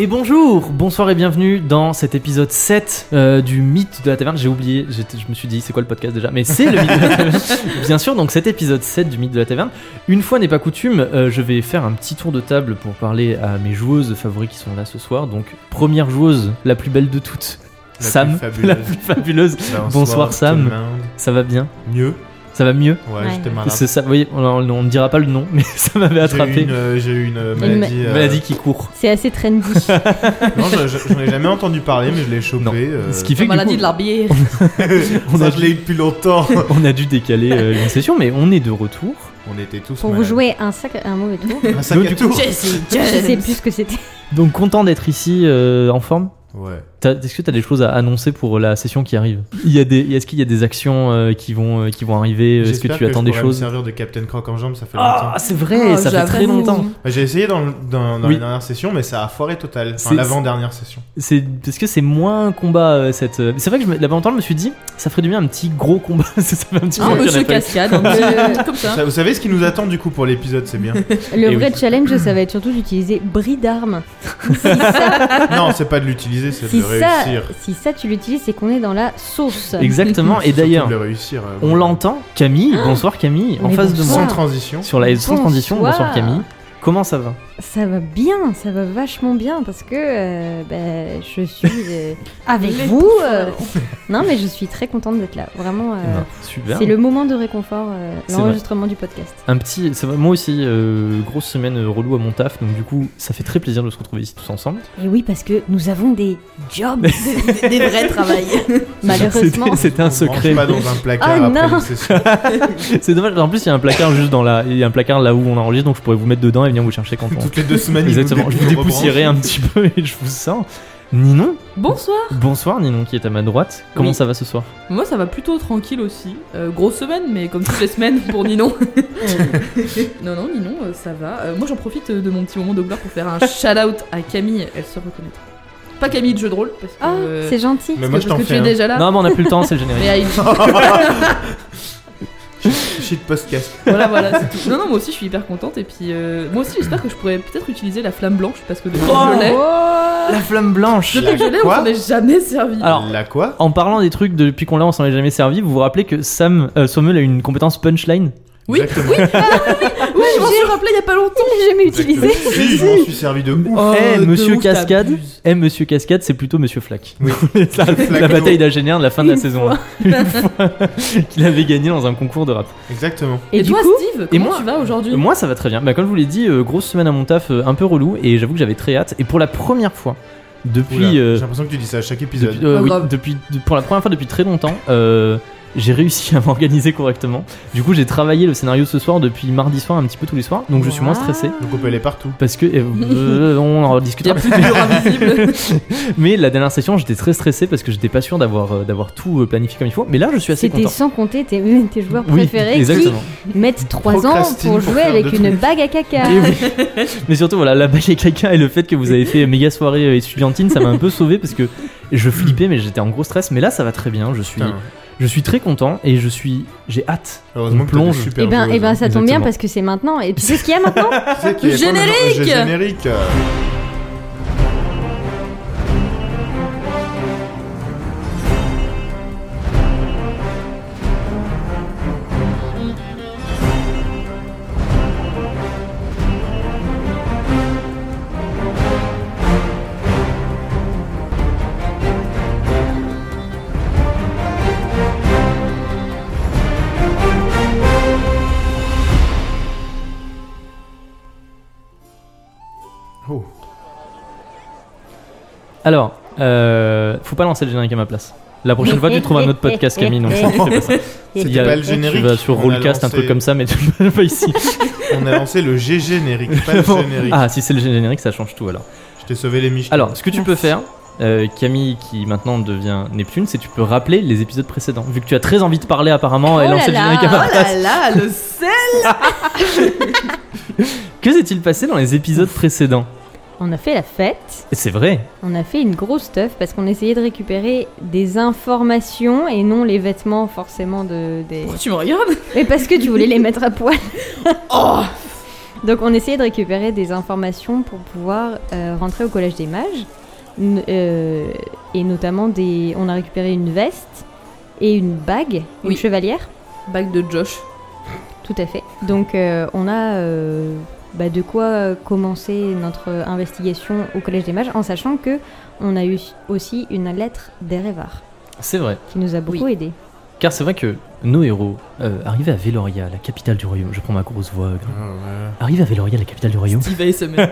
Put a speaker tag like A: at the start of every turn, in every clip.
A: Et bonjour, bonsoir et bienvenue dans cet épisode 7 euh, du mythe de la taverne. J'ai oublié, j'étais- je me suis dit c'est quoi le podcast déjà, mais c'est le mythe de la taverne. Bien sûr, donc cet épisode 7 du mythe de la taverne. Une fois n'est pas coutume, euh, je vais faire un petit tour de table pour parler à mes joueuses favoris qui sont là ce soir. Donc première joueuse, la plus belle de toutes,
B: La
A: Sam,
B: plus fabuleuse. Ben,
A: la plus fabuleuse.
B: Bonsoir,
A: Bonsoir, Sam.
B: tout le monde.
A: Ça va bien
B: Mieux
A: Ça va mieux
B: Ouais,
C: Ouais.
B: j'étais malade.
A: C'est ça, oui, on, on ne dira pas le nom, mais ça m'avait
B: J'ai eu
A: attrapé.
B: une, euh, j'ai eu une euh, maladie. euh,
A: Maladie qui court.
C: C'est assez trendy.
B: Non, je- je- j'en ai jamais entendu parler, mais je l'ai chopé.
A: Non.
B: euh,
A: Ce qui fait
C: La
A: que du
C: maladie
A: coup,
C: de la bière.
A: on, a,
B: ça, je l'ai eu depuis longtemps.
A: on a dû décaler euh, une session, mais on est de retour.
B: On était tous.
C: Pour vous
B: malades.
C: jouer un, sac, un mauvais tour.
B: Un sac
A: Nous,
B: à
A: du
B: tour.
C: Je sais plus ce que c'était.
A: Donc content d'être ici euh, en forme.
B: Ouais.
A: T'as- Est-ce que tu as des choses à annoncer pour la session qui arrive Il y a des, Est-ce qu'il y a des actions euh, qui, vont, euh, qui vont arriver Est-ce que
B: J'espère
A: tu attends
B: je
A: des
B: pourrai
A: choses
B: me servir de Captain Croc en jambes, ça fait longtemps.
A: Ah, c'est
D: Oh,
A: vrai, ça fait très longtemps.
B: Bah, J'ai essayé dans, le- dans, dans
A: Oui.
B: la dernière session, mais ça a foiré total.
A: C'est-
B: Enfin, l'avant-dernière session.
A: C'est parce que c'est moins un combat euh, cette. euh, C'est vrai que je me- là-bas longtemps, je me suis dit, ça ferait du bien un petit gros combat. ça fait un petit
D: Un
A: moment qu'il y en a
D: monsieur
A: pas eu.
D: cascade, un petit- comme
C: Hein
D: ça.
B: Ça- Vous savez ce qui nous attend du coup pour l'épisode, c'est bien.
A: Et
C: Le vrai
A: oui.
C: challenge, ça va être surtout d'utiliser bris d'armes.
B: non, c'est pas de l'utiliser, c'est
C: Si
B: de
C: ça,
B: réussir.
C: si ça, tu l'utilises, c'est qu'on est dans la sauce.
A: Exactement. Et
B: Surtout
A: d'ailleurs,
B: de le réussir. euh,
A: on l'entend. Camille, bonsoir Camille, en
C: Mais
A: face de
C: bonsoir.
B: Sans
A: moi.
B: transition.
A: Sur la sans
C: Bonsoir.
A: transition, bonsoir Camille. Comment ça va
C: Ça va bien, ça va vachement bien parce que euh, bah, je suis euh, avec
D: Les
C: vous. euh, non, mais je suis très contente d'être là. Vraiment, euh,
A: Ben, Super.
C: c'est le moment de réconfort, euh,
A: C'est vrai.
C: l'enregistrement du podcast.
A: Un petit, c'est vrai, moi aussi, euh, grosse semaine euh, relou à mon taf, donc du coup, ça fait très plaisir de se retrouver ici tous ensemble.
C: Et oui, parce que nous avons des jobs,
D: Des- Des vrais travails.
C: malheureusement.
A: C'était- C'était un
B: On branche
A: secret.
B: pas dans un placard
D: Oh,
C: Ah,
B: après
C: non.
B: une session.
A: C'est dommage. En plus, il y a un placard juste dans la, il y a un placard là où on enregistre, donc je pourrais vous mettre dedans et venir vous chercher quand on.
B: Toutes les deux semaines, ils nous
A: Exactement. Je vous
B: dé-
A: dépoussiérai un petit peu et je vous sors. Ninon,
D: Bonsoir.
A: bonsoir Ninon qui est à ma droite. Comment
D: Oui.
A: ça va ce soir
D: Moi, ça va plutôt tranquille aussi. Euh, grosse semaine, mais comme toutes les semaines pour Ninon. non, non, Ninon, euh, ça va. Euh, moi, j'en profite euh, de mon petit moment de gloire pour faire un shout-out à Camille. Elle se reconnaîtra. Pas Camille de jeu de rôle, parce que,
C: Ah,
D: euh,
C: c'est gentil.
B: Mais
D: parce
B: moi,
D: que-
B: je
D: parce
B: t'en
D: que tu
B: fais
D: es
B: un
D: déjà là.
A: Non, mais on n'a plus le temps, c'est le générique.
D: Mais à une-
B: shit podcast.
D: voilà, voilà, c'est tout. Non, non, moi aussi, je suis hyper contente. Et puis, euh, moi aussi, j'espère que je pourrais peut-être utiliser la flamme blanche, parce que depuis que
C: Oh
D: je l'ai,
A: La flamme blanche.
D: depuis que je l'ai, on
B: Quoi Ah,
D: s'en est jamais servi.
A: Alors-
B: La quoi
A: En parlant des trucs depuis qu'on l'a, on s'en est jamais servi. Vous vous rappelez que Sam euh, Sommel a une compétence punchline
D: Oui. ah
B: Exactement.
D: oui, je m'en suis rappelé il y a pas longtemps. Oh,
C: Je l'ai jamais utilisé.
B: Exactement. Si, je m'en suis servi de ouf.
A: Eh,
D: de
A: Monsieur
D: ouf,
A: Cascade.
D: t'abuses.
A: Eh Monsieur Cascade, c'est plutôt Monsieur Flack.
B: Oui.
A: la, la
B: Flack,
A: bataille
B: non.
A: d'Agénien de la fin de la
D: Une
A: saison 1. Une fois qu'il avait gagné dans un concours de rap.
B: Exactement.
D: Et,
C: Et du
D: toi,
C: coup,
D: Steve,
A: et
D: comment
A: moi-
D: tu vas aujourd'hui
A: Moi, ça va très bien. Bah, comme je vous l'ai dit, euh, grosse semaine à mon taf, euh, un peu relou, et j'avoue que j'avais très hâte. Et pour la première fois
B: Oula,
A: depuis, euh,
B: J'ai l'impression que tu dis ça à chaque épisode.
A: depuis, euh,
D: Pas
A: oui,
D: Oh, grave.
A: depuis- de- pour la première fois depuis très longtemps, euh, j'ai réussi à m'organiser correctement. Du coup, j'ai travaillé le scénario ce soir depuis mardi soir, un petit peu tous les soirs, donc je suis moins stressé.
B: Donc on peut aller partout.
A: Parce que euh, euh, on en rediscutera.
D: Il y a plus de mur invisible.
A: Mais la dernière session, j'étais très stressé parce que j'étais pas sûr d'avoir euh, d'avoir tout euh, planifié comme il faut. Mais là, je suis assez
C: C'était
A: content.
C: sans compter tes, tes joueurs préférés
A: oui, exactement.
C: qui mettent 3 ans
B: Procrastine
C: pour
B: pour
C: jouer
B: faire
C: avec
B: deux
C: une
B: trucs.
C: bague à caca.
A: Et Eh oui. Mais surtout, voilà, la bague et caca et le fait que vous avez fait méga soirée euh, étudiantine, ça m'a un peu sauvé parce que je flippais, mais j'étais en gros stress. Mais là, ça va très bien. Je suis,
B: Putain,
A: je suis très content et je suis, j'ai hâte.
B: heureusement
A: On
B: que t'as des
A: plonge.
B: super
C: Et ben,
B: joueuses,
C: et ben, ça tombe
A: Exactement.
C: bien parce que c'est maintenant. Et tu sais ce qu'il y a maintenant
B: hein. Tu sais qu'il y a pas mal de-
D: Générique
B: J'ai Générique euh, oh.
A: Alors, euh, faut pas lancer le générique à ma place. La prochaine fois, tu trouves un autre podcast, Camille. Donc, c'est pas ça.
B: C'était
A: Il y a-
B: pas le générique.
A: Tu vas sur
B: On a
A: Rollcast, un
B: lancé-
A: truc comme ça, mais tu vas pas ici.
B: On a lancé le G générique, pas le
A: Bon.
B: générique.
A: Ah, si c'est le générique, ça change tout alors.
B: Je t'ai sauvé les miches.
A: Alors, ce que tu
C: Merci.
A: peux faire, euh, Camille qui maintenant devient Neptune, c'est que tu peux rappeler les épisodes précédents. Vu que tu as très envie de parler apparemment et
C: Oh là
A: lancer le
C: là.
A: générique à
D: Oh
A: ma
D: là
A: place.
D: là, le sel
A: Que s'est-il passé dans les épisodes précédents
C: On a fait la fête.
A: C'est vrai.
C: On a fait une grosse stuff parce qu'on essayait de récupérer des informations et non les vêtements forcément de des.
D: Pourquoi tu me regardes
C: Mais parce que tu voulais les mettre à poil.
D: Oh
C: Donc on essayait de récupérer des informations pour pouvoir euh, rentrer au Collège des Mages. N- euh, et notamment, des... on a récupéré une veste et une bague, une
D: Oui.
C: chevalière,
D: Bague de Josh.
C: tout à fait. Donc euh, on a euh, bah, de quoi euh, commencer notre investigation au Collège des Mages en sachant que on a eu aussi une lettre d'Erevar
A: C'est vrai.
C: qui nous a beaucoup aidé.
A: Car c'est vrai que nos héros euh, arrivés à Veloria, la capitale du royaume, je prends ma grosse voix.
B: Ah, ouais.
A: Arrivés à Veloria, la capitale du royaume,
D: Steve ASMR.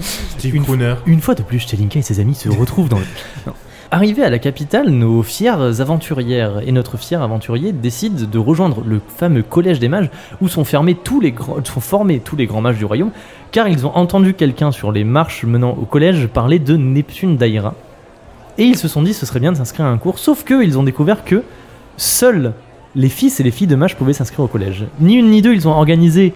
B: Steve
A: Une-
B: Crooner.
A: Une fois de plus, Chelinka et ses amis se retrouvent dans le. Non. Arrivés à la capitale, nos fières aventurières et notre fier aventurier décident de rejoindre le fameux collège des mages où sont, fermés tous les grands- sont formés tous les grands mages du royaume, car ils ont entendu quelqu'un sur les marches menant au collège parler de Neptune d'Aïra. Et ils se sont dit ce serait bien de s'inscrire à un cours, sauf que ils ont découvert que seuls les fils et les filles de mages pouvaient s'inscrire au collège. Ni une ni deux, ils ont organisé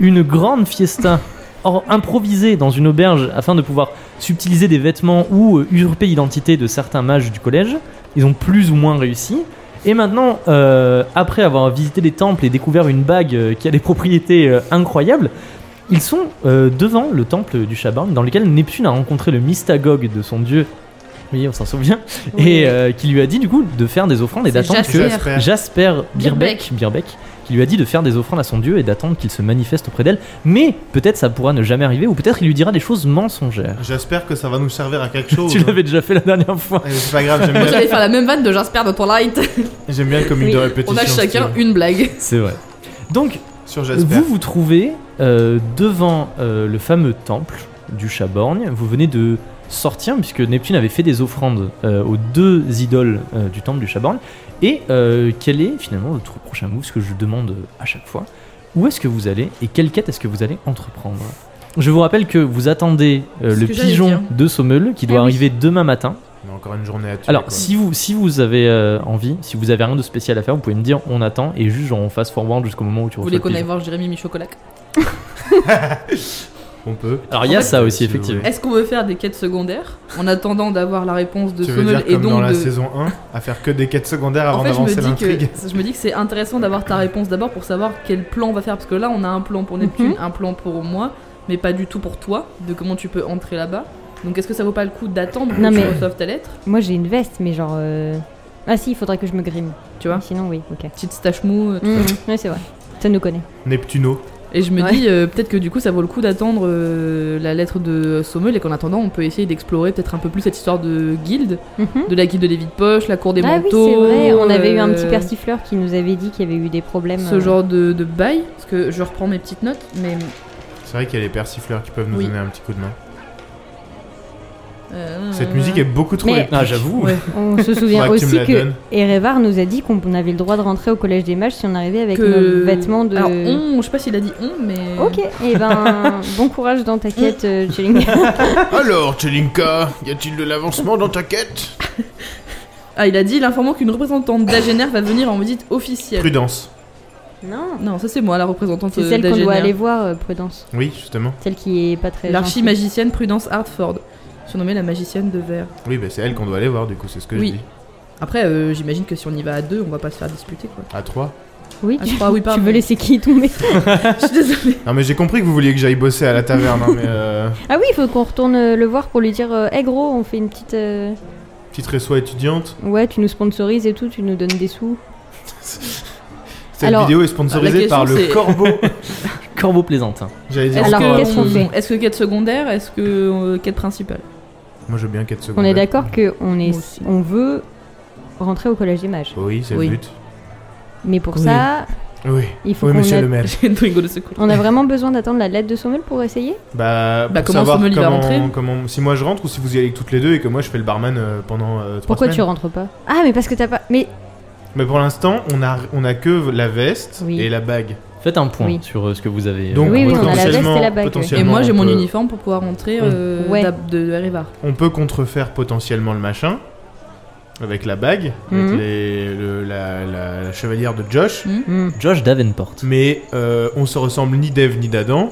A: une grande fiesta or- improvisée dans une auberge afin de pouvoir subtiliser des vêtements ou euh, usurper l'identité de certains mages du collège. Ils ont plus ou moins réussi. Et maintenant, euh, après avoir visité les temples et découvert une bague euh, qui a des propriétés euh, incroyables, ils sont euh, devant le temple du Shabarn, dans lequel Neptune a rencontré le Mystagog de son dieu. Oui, on s'en souvient. Et euh, qui lui a dit du coup de faire des offrandes et
D: C'est
A: d'attendre que
D: Jasper.
B: Jasper.
A: Jasper Birbeck,
D: Birbeck.
A: Birbeck, qui lui a dit de faire des offrandes à son dieu et d'attendre qu'il se manifeste auprès d'elle. Mais peut-être ça pourra ne jamais arriver, ou peut-être il lui dira des choses mensongères.
B: J'espère que ça va nous servir à quelque chose. hein.
A: Tu l'avais déjà fait la dernière fois.
B: Eh, C'est pas grave, j'aime
D: Moi
B: bien,
D: j'allais faire la même vanne de Jasper de Twilight.
B: j'aime bien le comique de
C: Oui.
B: répétition.
D: On a chacun
B: Steve.
D: une blague.
A: C'est vrai. Donc,
B: Sur Jasper.
A: vous vous trouvez euh, devant euh, le fameux temple du Chaborgne. Vous venez de sortir, puisque Neptune avait fait des offrandes euh, aux deux idoles euh, du temple du Chaborgne. Et euh, quel est finalement votre prochain move, ce que je demande à chaque fois Où est-ce que vous allez et quelle quête est-ce que vous allez entreprendre je vous rappelle que vous attendez euh,
D: C'est ce
A: le
D: que j'allais dire. Eh
A: pigeon de Sommeul qui doit
C: Ah oui.
A: arriver demain matin.
B: On a encore une journée à tuer.
A: Alors,
B: quoi.
A: si vous, si vous avez euh, envie, si vous avez rien de spécial à faire, vous pouvez me dire on attend et juste genre, on fasse forward jusqu'au moment où tu
D: Vous
A: reçois
D: voulez
A: le
D: qu'on aille
A: pigeon.
D: voir Jérémy Michocolac
B: on peut.
A: Alors, il y a
D: En fait,
A: ça aussi,
B: si vous
A: effectivement.
B: voulez.
D: Est-ce qu'on veut faire des quêtes secondaires en attendant d'avoir la réponse de
B: Tu veux
D: Sommel
B: dire
D: et
B: comme dans
D: donc
B: la
D: de.
B: saison 1, à faire que des quêtes secondaires avant
D: En fait, je
B: d'avancer
D: me, dis
B: l'intrigue
D: que, je me dis que c'est intéressant d'avoir ta réponse d'abord pour savoir quel plan on va faire. Parce que là, on a un plan
C: Mhm.
D: pour Neptune, un plan pour moi, mais pas du tout pour toi, de comment tu peux entrer là-bas. Donc, est-ce que ça vaut pas le coup d'attendre
C: Non,
D: que tu
C: mais-
D: reçoives ta lettre
C: Moi j'ai une veste, mais genre. euh, Ah si, il faudrait que je me grime.
D: Tu vois
C: Sinon, oui, ok.
D: Petite stache mou. euh, tout
C: Mhm, oui, c'est vrai. Ça nous connaît.
B: Neptuno.
D: Et je me
C: Ouais.
D: dis, euh, peut-être que du coup, ça vaut le coup d'attendre euh, la lettre de Sommel et qu'en attendant, on peut essayer d'explorer peut-être un peu plus cette histoire de guilde,
C: Mhm.
D: de la guilde des vides poches, la cour des
C: ah oui,
D: manteaux.
C: c'est vrai. On avait eu un petit
D: euh,
C: persifleur qui nous avait dit qu'il y avait eu des problèmes.
D: Ce
C: euh,
D: genre de, de bail, parce que je reprends mes petites notes, mais.
B: C'est vrai qu'il y a les persifleurs qui peuvent nous
D: Oui.
B: donner un petit coup de main.
D: euh,
B: Cette musique est beaucoup trop
C: Mais-
B: épique.
A: Ah, j'avoue.
D: Ouais.
C: euh, On se souvient
B: Faudra que tu me
C: aussi
B: la
C: que
B: donnes.
C: Erevar nous a dit qu'on avait le droit de rentrer au Collège des Mages si on arrivait avec
D: que-
C: nos vêtements de.
D: Alors, on, je sais pas s'il a dit on, mais.
C: Ok, et ben bon courage dans ta quête, euh, Chilling.
B: Alors, Chelinka, y a-t-il de l'avancement dans ta quête
D: Ah, il a dit l'informant qu'une représentante d'Agener va venir en visite officielle.
B: Prudence.
C: non,
D: Non, ça c'est moi, la représentante
C: c'est
D: euh,
C: celle qu'on doit
D: d'Agener.
C: aller voir, euh, Prudence.
B: Oui, justement.
C: Celle qui est pas très. gentille.
D: L'archimagicienne Prudence Hartford, surnommée la magicienne de verre.
B: Oui, bah, c'est elle qu'on doit aller voir, du coup, c'est ce que
D: Oui.
B: je dis.
D: Après, euh, j'imagine que si on y va à deux, on va pas se faire disputer quoi.
B: À 3.
C: Oui,
D: Ah,
C: tu,
D: trois, oui,
C: tu
D: pardon.
C: veux laisser qui tomber
D: Je suis désolée.
B: Non, mais j'ai compris que vous vouliez que j'aille bosser à la taverne, hein, mais euh,
C: Ah oui, il faut qu'on retourne euh, le voir pour lui dire euh, Hey, gros, on fait une petite. euh,
B: petite réseau étudiante.
C: Ouais, tu nous sponsorises et tout, tu nous donnes des sous.
B: Cette
C: Alors,
B: vidéo est
D: la
B: sponsorisée
D: question,
B: par le
D: c'est-
B: corbeau.
A: Corbeau hein. plaisantin.
B: J'allais dire euh,
D: Est-ce
C: Alors,
D: que-
C: qu'est-ce qu'on fait
D: Est-ce que quête secondaire Est-ce que euh, quête principale
B: Moi, je veux bien quête
C: On
B: secondaire.
C: est d'accord que on
D: Moi
C: est,
D: aussi.
C: on veut rentrer au collège des mages.
B: Oui, c'est
D: Oui.
B: le but.
C: Mais pour
A: Oui.
C: ça,
B: Oui.
C: il faut
B: Oui,
C: qu'on
B: monsieur
C: a...
B: le maire.
D: J'ai une Twingo de secours.
C: on a vraiment besoin d'attendre la lettre de Sommel pour essayer.
B: Bah,
D: Bah,
B: pour
D: comment
B: savoir
D: Sommel, il va
B: comment,
D: rentrer
B: comment- si moi je rentre ou si vous y allez toutes les deux et que moi je fais le barman euh, pendant euh, trois
C: Pourquoi tu
B: semaines.
C: rentres pas Ah, mais parce que t'as pas. Mais
B: Mais pour l'instant, on a, on a que la veste
C: Oui.
B: et la bague.
A: Faites un point
C: Oui.
A: sur euh, ce que vous avez. euh,
B: Donc,
C: Oui, oui, on a la veste et
B: potentiellement,
C: la bague, oui.
B: potentiellement,
D: Et moi j'ai
B: on
D: mon
B: peut-
D: uniforme pour pouvoir rentrer euh,
C: Ouais.
D: d'Ab- de Révar.
B: On peut contrefaire potentiellement le machin avec la bague, avec
C: Mhm.
B: les- le- la, la- la chevalière de Josh.
D: Mhm.
C: hmm,
A: Josh Davenport.
B: Mais euh, on se ressemble ni d'Eve ni d'Adam.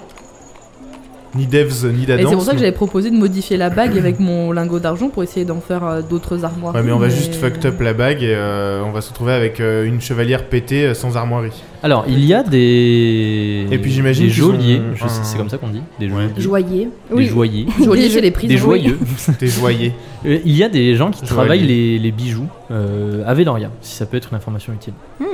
B: Ni Devs, ni
D: Et
B: Dadance.
D: c'est pour ça que
B: mais-
D: j'avais proposé de modifier la bague avec mon lingot d'argent pour essayer d'en faire euh, d'autres armoires.
B: Ouais, mais on va juste fucked up la bague et euh, on va se retrouver avec euh, une chevalière pétée euh, sans armoirie.
A: Alors, il y a des.
B: Et puis j'imagine
A: Des
B: qu'ils ont
A: geôliers, je
B: un-
A: sais- c'est comme ça qu'on dit. Des
B: Ouais.
E: Joyeux.
A: geôliers. Des joailliers.
D: Joli, c'est les prises.
A: Des joyeux.
B: T'es joyeux.
A: Euh, Il y a des gens qui
B: Joailliers.
A: travaillent les, les bijoux euh, à Véloria, si ça peut être une information utile.
B: Mhm.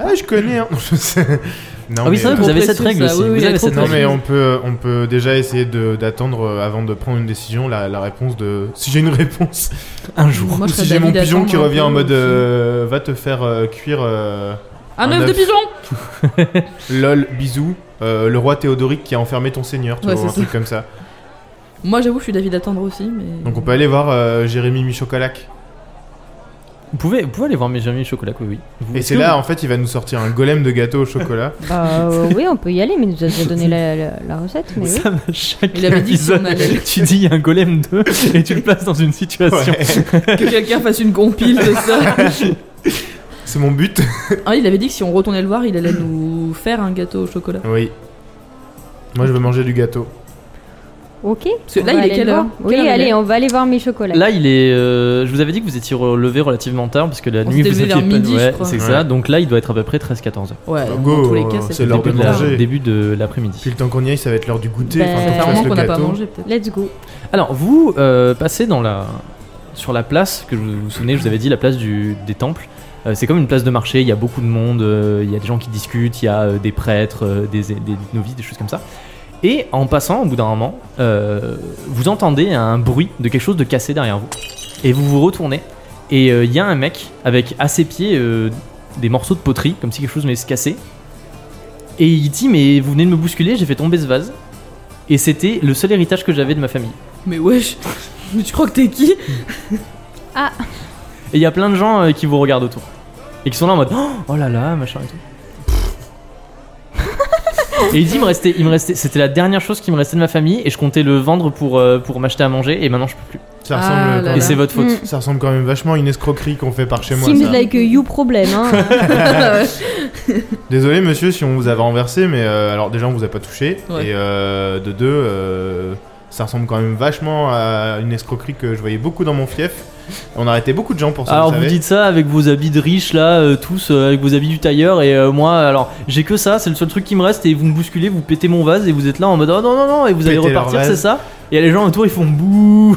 B: ah, je connais, hein. Je sais. Non,
A: ah oui,
B: mais,
A: c'est vrai que
B: euh,
A: vous avez
D: trop
A: cette
D: précieux,
A: règle
D: ça.
A: aussi.
D: Oui, oui,
A: vous
D: elle est
A: avez
D: trop
A: cette
B: Non
A: règle.
B: mais on peut, on peut déjà essayer de- d'attendre euh, avant de prendre une décision la, la réponse de si j'ai une réponse
A: Un jour.
D: Moi,
B: ou
D: je serais
B: si j'ai mon
D: d'avis
B: pigeon qui
D: d'attendre un
B: revient
D: peu
B: en mode
D: aussi.
B: euh, va te faire euh, cuire euh,
D: Un
B: Un
D: œuf de
B: œuf.
D: pigeon
B: lol bisous euh, le roi Théodoric qui a enfermé ton seigneur tu
D: Ouais,
B: vois,
D: c'est
B: un
D: ça.
B: truc comme ça
D: Moi, j'avoue, je suis d'avis d'attendre aussi. Mais...
B: donc on peut aller voir euh, Jérémy Michocolac
A: Vous pouvez, vous pouvez aller voir mes amis chocolat, oui, oui. Vous-
B: et
A: est-ce
B: c'est
A: que
B: là en fait il va nous sortir un golem de gâteau au chocolat
C: Bah, euh, oui, on peut y aller, mais il nous a déjà donné la, la- la recette. Mais oui.
A: Ça va chaque
D: Il avait dit
A: épisode,
D: qu'on allait.
A: tu dis il y a un golem 2 et tu le places dans une situation.
B: Ouais.
D: Que quelqu'un fasse une compile de ça.
B: c'est mon but
D: Ah, il avait dit que si on retournait le voir, il allait nous faire un gâteau au chocolat.
B: oui moi je veux manger du gâteau
C: Ok.
D: Parce que
C: on va
D: là, il est
C: aller
D: quelle
C: le
D: heure
C: voir. Oui,
D: Quelle heure il
C: allez,
D: est
C: on va aller voir mes chocolats.
A: Là, il est. euh, je vous avais dit que vous étiez relevé relativement tard parce que la
D: On
A: nuit
D: s'était
A: vous
D: levé
A: étiez
D: vers
A: pas-
D: midi, je
A: ouais,
D: crois.
A: C'est
B: Ouais.
A: ça. Donc là, il doit être à peu près 13-14 heures.
D: Ouais,
B: Go,
D: dans tous les cas,
B: c'est
D: c'est
B: l'heure
A: Début
B: de
A: de la-
B: manger.
A: Début de
B: puis
A: l'après-midi.
B: le temps qu'on y aille ça va être l'heure du goûter
C: Ben,
B: enfin,
D: Ça
B: faut que
D: fait un
B: je fasse
D: moment
B: le
D: qu'on n'a pas
B: gâteau.
D: mangé, peut-être.
C: Let's go.
A: Alors, vous euh, passez dans la sur la place que je vous, vous souvenez, je vous avais dit la place du, des temples. Euh, c'est comme une place de marché. Il y a beaucoup de monde. euh, il y a des gens qui discutent. Il y a euh, des prêtres, euh, des, des novices, des choses comme ça. Et en passant, au bout d'un moment, euh, vous entendez un bruit de quelque chose de cassé derrière vous. Et vous vous retournez. Et euh, il y a un mec avec à ses pieds euh, des morceaux de poterie, comme si quelque chose venait se casser. Et il dit Mais vous venez de me bousculer, j'ai fait tomber ce vase. Et c'était le seul héritage que j'avais de ma famille.
D: Mais wesh, mais tu crois que t'es qui
A: Et il y a plein de gens euh, qui vous regardent autour. Et qui sont là en mode Oh, oh là là, machin et tout. et il dit il me restait, il me restait, c'était la dernière chose qui me restait de ma famille et je comptais le vendre pour, euh, pour m'acheter à manger et maintenant je peux plus.
B: ça
D: Ah
B: ressemble
D: là
B: quand
D: là.
B: même-
A: Et c'est votre faute.
C: Mm.
B: Ça ressemble quand même vachement à une escroquerie qu'on fait par chez moi.
C: Seems
B: ça.
C: like a you problem. Hein.
D: Ah,
B: Désolé monsieur si on vous avait renversé, mais euh, alors déjà on vous a pas touché.
D: Ouais.
B: Et euh, de deux, euh, ça ressemble quand même vachement à une escroquerie que je voyais beaucoup dans mon fief. On arrêtait beaucoup de gens pour ça.
A: alors
B: vous
A: vous
B: savez.
A: dites ça avec vos habits de riche là, euh, tous euh, avec vos habits du tailleur et euh, moi alors j'ai que ça, c'est le seul truc qui me reste et vous me bousculez, vous pétez mon vase et vous êtes là en mode oh non non non et vous allez
B: Pétez leur
A: repartir
B: vase.
A: c'est ça Et les gens autour ils font bouh.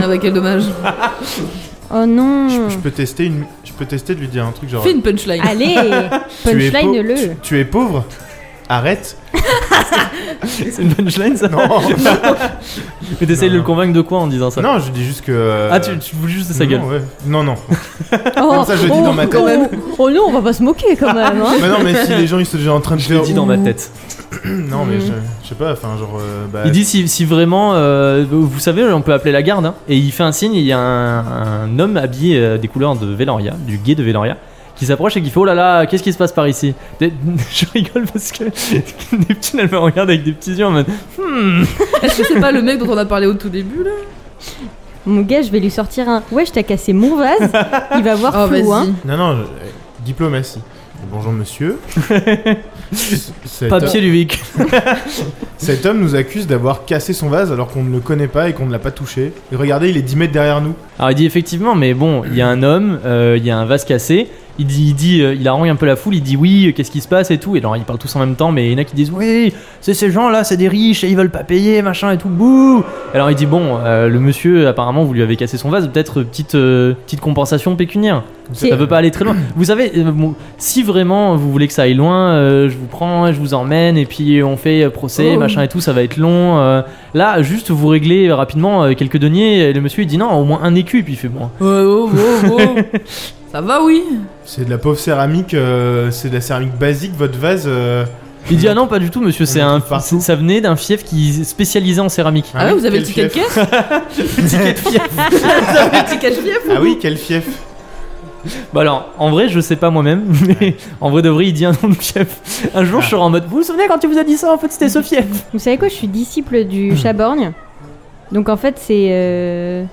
D: Ah bah quel dommage.
C: Oh non.
B: Je, je peux tester une, je peux tester de lui dire un truc genre.
D: Fais une punchline.
C: Allez,
B: Tu es pau-
C: punchline le.
B: tu, tu es pauvre. Arrête.
A: c'est une punchline ça
B: Non.
A: Mais t'essayes de
B: Non.
A: le convaincre de quoi en disant ça
B: non, je dis juste que. euh,
A: Ah tu, tu voulais juste de sa gueule
B: Non, ouais. non, non.
C: Oh,
B: Comme ça, je le dis dans ma tête.
C: Oh, oh non, on va pas se moquer quand même. hein.
B: mais non, mais si les gens ils sont déjà en train de
A: Je l'ai
B: faire.
A: dit dans ma
B: ouh.
A: tête.
B: Non, mais
C: Mm.
B: je, je sais pas. Enfin, genre. euh, bah,
A: Il dit si, si vraiment, euh, vous savez, on peut appeler la garde. hein. Et il fait un signe, il y a un, un homme habillé euh, des couleurs de Veloria, du guet de Veloria, qui s'approche et qui fait Oh là là, qu'est-ce qui se passe par ici Des- Je rigole parce que Neptune, elle me regarde avec des petits yeux en mode Hmm.
D: Est-ce que c'est pas le mec dont on a parlé au tout début là
C: Mon gars, je vais lui sortir un. Ouais, je t'ai cassé mon vase. Il va voir hein.
D: Oh
C: plus
D: vas-y.
C: loin.
B: Non, non, je- euh, diplomatie. Bonjour monsieur. cet,
A: Papier du Luvic.
B: cet homme nous accuse d'avoir cassé son vase alors qu'on ne le connaît pas et qu'on ne l'a pas touché. Et regardez, il est 10 mètres derrière nous.
A: Alors il dit effectivement, mais bon, il y a un homme, euh, il y a un vase cassé. Il dit, il dit, euh, il harangue un peu la foule. Il dit oui, euh, qu'est-ce qui se passe et tout. Et alors ils parlent tous en même temps, mais il y en a qui disent oui, c'est ces gens là, c'est des riches et ils veulent pas payer, machin et tout. Bouh. Alors il dit bon, euh, le monsieur apparemment vous lui avez cassé son vase, peut-être euh, petite euh, petite compensation pécuniaire.
C: C'est-
A: Ça peut pas aller très loin. Vous savez, euh, bon, si vraiment vous voulez que ça aille loin, euh, je vous prends, je vous emmène et puis on fait euh, procès,
D: Oh.
A: machin et tout. Ça va être long. euh. là, juste vous réglez euh, rapidement euh, quelques deniers. Et le monsieur il dit non, au moins un écu. Et puis il fait bon.
D: Oh, oh, oh, oh. Ça va oui
B: C'est de la pauvre céramique, euh, c'est de la céramique basique, votre vase. euh,
A: Il dit ah non pas du tout monsieur
B: On
A: c'est
B: en
A: un
B: trouve partout.
A: ça venait d'un fief qui spécialisait en céramique.
D: Ah ouais, vous avez le ticket de
B: hein, quel fief.
D: caisse Vous avez le ticket de fief
B: Ah oui, quel fief
A: Bah alors en vrai je sais pas moi-même mais en vrai de vrai il dit un nom de fief. Un jour
B: Ah.
A: je serai en mode vous vous souvenez quand tu vous as dit ça en fait c'était ce fief.
C: Vous savez quoi, je suis disciple du Chaborgne. Donc en fait, c'est. euh,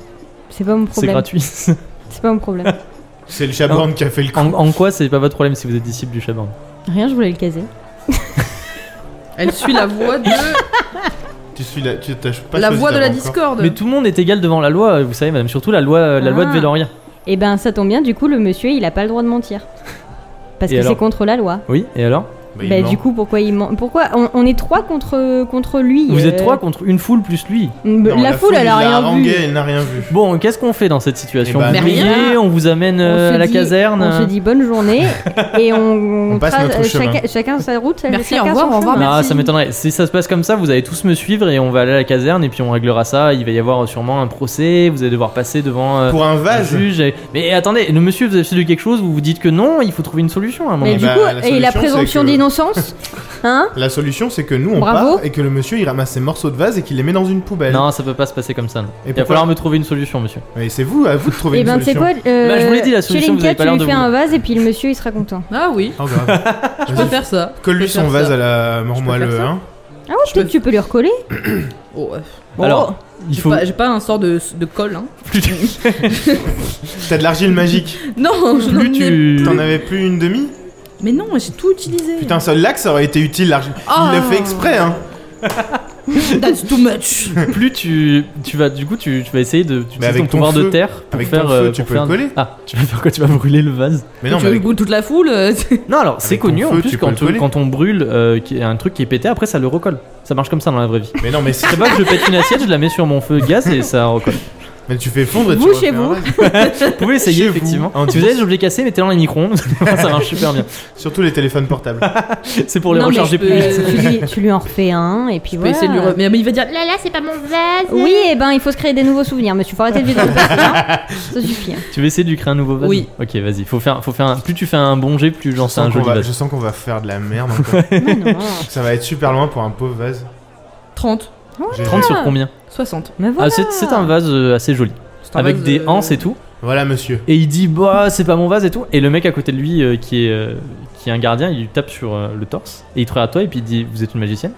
C: C'est pas mon
A: C'est
C: problème.
A: gratuit.
C: C'est pas mon problème.
B: C'est le chaborn qui a fait le coup.
A: hein en, en quoi c'est pas votre problème si vous êtes disciple du chaban.
C: Rien, je voulais le caser.
D: Elle suit la voie de
B: Tu suis la, tu t'as pas
D: la
B: choisi
D: voie de la
B: d'avant encore.
D: discorde.
A: Mais tout le monde est égal devant la loi, vous savez, madame, surtout la loi, euh, la loi de
D: Ah.
A: Véloria.
C: Et ben ça tombe bien, du coup le monsieur il a pas le droit de mentir. Parce
A: Et
C: que c'est
A: alors
C: contre la loi.
A: Oui, et alors
B: Bah, il
C: bah,
B: ment.
C: du coup pourquoi il ment Pourquoi on, on est trois contre contre lui
A: Vous
C: euh,
A: êtes trois contre une foule plus lui.
C: Mm,
B: Non,
C: la, foule elle a
B: il
C: rien vu.
B: harangué, Elle n'a rien vu.
A: Bon, qu'est-ce qu'on fait dans cette situation
B: Eh ben,
A: Vous
B: Mais
A: brillez,
D: rien.
A: on vous amène
C: On
A: euh,
C: se
A: à la
C: dit-
A: caserne.
C: On se dit bonne journée et on, on
B: On passe
C: trace-
B: notre
C: euh,
B: chemin.
C: chacun, chacun sa route.
D: Merci,
C: chacun
D: au revoir,
C: son
D: au revoir,
C: chemin.
A: Ah,
D: merci.
A: ça m'étonnerait. Si ça se passe comme ça, vous allez tous me suivre et on va aller à la caserne et puis on réglera ça. Il va y avoir sûrement un procès, vous allez devoir passer devant euh,
B: Pour un
A: un
B: vase.
A: juge. et- Mais attendez, le monsieur vous avez fait de quelque chose, vous vous dites que non, il faut trouver une solution à un moment.
C: Mais
B: Eh
C: du
B: ben,
C: coup,
B: la
C: et la
B: solution,
C: présomption
B: c'est que-
C: d'innocence Hein
B: La solution, c'est que nous, on
C: Bravo.
B: part et que le monsieur, il ramasse ses morceaux de vase et qu'il les met dans une poubelle.
A: Non, ça peut pas se passer comme ça. non.
B: Et
A: Il va
B: pourquoi
A: falloir me trouver une solution, monsieur.
B: Mais c'est vous, à vous de
D: Eh
B: trouver
C: Et
B: une
C: ben tu sais
B: solution.
C: quoi euh,
A: Bah, je vous l'ai dit, la solution, vous
C: Chelinka,
A: avez pas
C: tu
A: l'air
C: lui
A: de
C: fais
A: vous-
C: un vase et puis le monsieur il sera content.
D: Ah oui,
B: Oh, grave.
D: je
B: Vas-y,
D: peux faire ça.
B: Colle-lui
D: Je peux
B: son
D: faire
B: vase
D: ça.
B: à la mormoileux,
D: faire ça.
B: hein.
C: Ah ouais, peut-être
D: peux-
C: tu peux lui recoller.
D: Oh, ouais.
A: Alors, il
D: J'ai
A: faut.
D: pas, j'ai pas un sort de, de colle. Hein.
B: T'as de l'argile magique.
D: Non, je n'en
A: Plus
D: ai...
A: tu.
B: T'en avais plus une demi
D: Mais non, j'ai tout utilisé.
B: Putain, seul lac, ça aurait été utile, l'argile.
D: Ah.
B: Il l'a fait exprès, hein.
D: That's too much.
A: plus tu, tu vas du coup tu, tu vas essayer de tu utilises
B: avec
A: ton
B: ton
A: pouvoir de
B: feu-
A: terre pour
B: avec ton
A: faire
B: feu,
A: euh,
B: tu
A: pour
B: peux
A: faire-
B: le coller.
A: ah tu vas faire quoi tu vas brûler le vase
B: Mais non,
D: tu
B: mais avec-
D: boules toute la foule. euh, c'est-
A: non alors c'est
B: Avec ton
A: connu en
B: feu,
A: plus
B: tu peux
A: quand,
B: le coller.
A: quand on brûle euh, qui- un truc qui est pété après ça le recolle ça marche comme ça dans la vraie vie
B: mais non, mais si-
A: c'est pas que je pète une assiette je la mets sur mon feu de gaz et ça recolle
B: mais tu fais fondre et tu
C: Vous,
B: refais
C: chez
B: un
C: vous.
B: vase.
A: vous pouvez essayer
B: Chez vous,
A: effectivement
B: en
A: si vous avez je l'ai cassé mettez-le dans les micro-ondes ça marche super bien
B: Surtout les téléphones portables.
A: c'est pour les
D: Non, mais
A: recharger
D: je peux-
A: plus vite
D: Euh,
C: tu, lui, tu lui en refais un et puis
D: Je peux
C: voilà.
D: essayer de lui re- mais, mais il va dire
E: Là, là, c'est pas mon vase.
C: Oui, et ben il faut se créer des nouveaux souvenirs, monsieur. Faut arrêter de vivre dans le passé. hein. Ça suffit. hein.
A: tu veux essayer de lui créer un nouveau vase
D: Oui.
A: ok vas-y faut faire faut faire un... plus tu fais un bon jet plus j'en
B: Je
A: sais
B: sens
A: un
B: qu'on
A: joli
B: va-
A: vase
B: Je sens qu'on va faire de la merde encore.
C: Mais non.
B: Ça va être super loin pour un pauvre vase.
D: 30,
B: J'ai-
A: 30
D: Ah,
A: sur combien
D: 60.
C: Mais
A: Ah,
C: voilà.
A: c'est c'est un vase euh, assez joli
D: C'est un
A: avec
D: vase,
A: des
D: euh,
A: anses et tout
B: Voilà, monsieur.
A: Et il dit bah c'est pas mon vase et tout. Et le mec à côté de lui euh, qui est euh, qui est un gardien, il lui tape sur euh, le torse et il te regarde toi et puis il dit vous êtes une magicienne.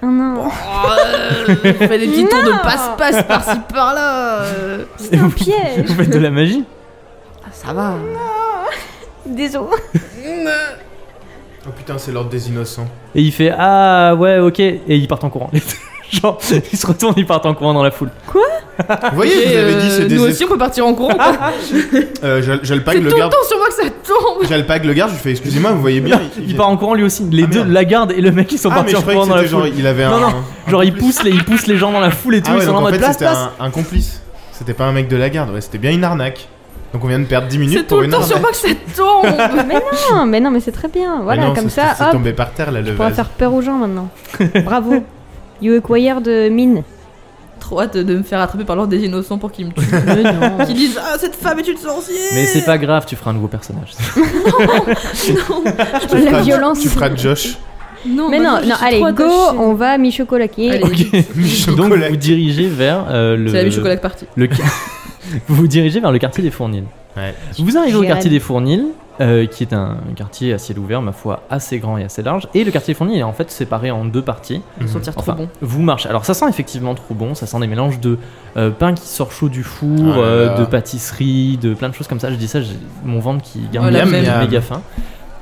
C: Ah, non.
D: Oh, euh, on fait des petits tours de passe-passe par-ci par-là. euh.
A: Et
C: C'est un
A: vous,
C: piège.
A: vous faites de la magie.
D: Ah, ça va.
C: Désolé.
B: Oh putain, c'est l'ordre des innocents.
A: Et il fait ah ouais ok et ils partent en courant. Genre ils se retournent, ils partent en courant dans la foule.
B: Vous voyez,
D: Et,
B: je vous avez dit,
D: euh,
B: c'est
D: Nous
B: des.
D: aussi, on peut partir en courant. quoi.
B: Euh, je- je le
D: C'est
B: pague,
D: tout
B: le
D: le
B: garde.
D: temps sur moi que ça tombe.
B: J'alpague le garde, je lui fais excusez-moi, vous voyez bien.
A: Il part en courant lui aussi. Les
B: Ah,
A: deux,
B: merde.
A: la garde et le mec, ils sont
B: Ah,
A: partis
B: mais je
A: en
B: croyais que
A: courant dans
B: c'était
A: la foule.
B: genre, il avait un.
A: Non, non,
B: un-
A: Genre
B: un
A: ils
B: complice.
A: poussent les ils poussent les gens dans la foule et tout.
B: Ah ouais,
A: ils sont
B: donc
A: là en
B: en
A: mode
B: fait,
A: place
B: c'était
A: place.
B: un, un complice. C'était pas un mec de la garde, ouais, c'était bien une arnaque. Donc on vient de perdre 10 minutes
D: C'est tout
B: pour
D: le
B: une
D: temps
B: arnaque.
D: sur moi que ça tombe.
C: Mais non, mais non, mais c'est très bien.
B: Mais
C: Voilà,
B: non,
C: comme
B: c'est-
C: ça,
B: c'est
C: hop,
B: tombé par terre là, le
C: on pourra
B: vase.
C: faire peur aux gens maintenant. Bravo. You acquire de mine.
D: Trop hâte de me faire attraper par l'ordre des innocents pour qu'ils me tuent.
C: Mais non.
D: Qu'ils disent Ah, cette femme est une sorcière.
A: Mais c'est pas grave, tu feras un nouveau personnage.
B: Tu
C: la
B: feras-
C: violence.
B: Tu feras Josh.
E: Oh,
D: Non,
E: bah
C: Mais non, non, allez, go, on va à mi
D: Allez.
A: Donc
B: Chocolat.
A: vous dirigez vers euh, le
D: C'est la vie chocolat party.
A: le qua- vous vous dirigez vers le quartier des Fournils.
B: Ouais.
A: Vous arrivez au
C: J'irai
A: quartier
C: aller.
A: des Fournils, euh, qui est un quartier à ciel ouvert, ma foi, assez grand et assez large. Et le quartier des Fournils est en fait séparé en deux parties.
D: Ils
B: Mmh.
D: sentir trop
A: Enfin,
D: bon.
A: vous marchez. Alors ça sent effectivement trop bon, ça sent des mélanges de euh, pain qui sort chaud du four,
B: Ah là
A: euh,
B: là.
A: de pâtisserie, de plein de choses comme ça. Je dis ça, j'ai mon ventre qui garde
D: Oh, la
A: qui est
D: même.
A: méga faim.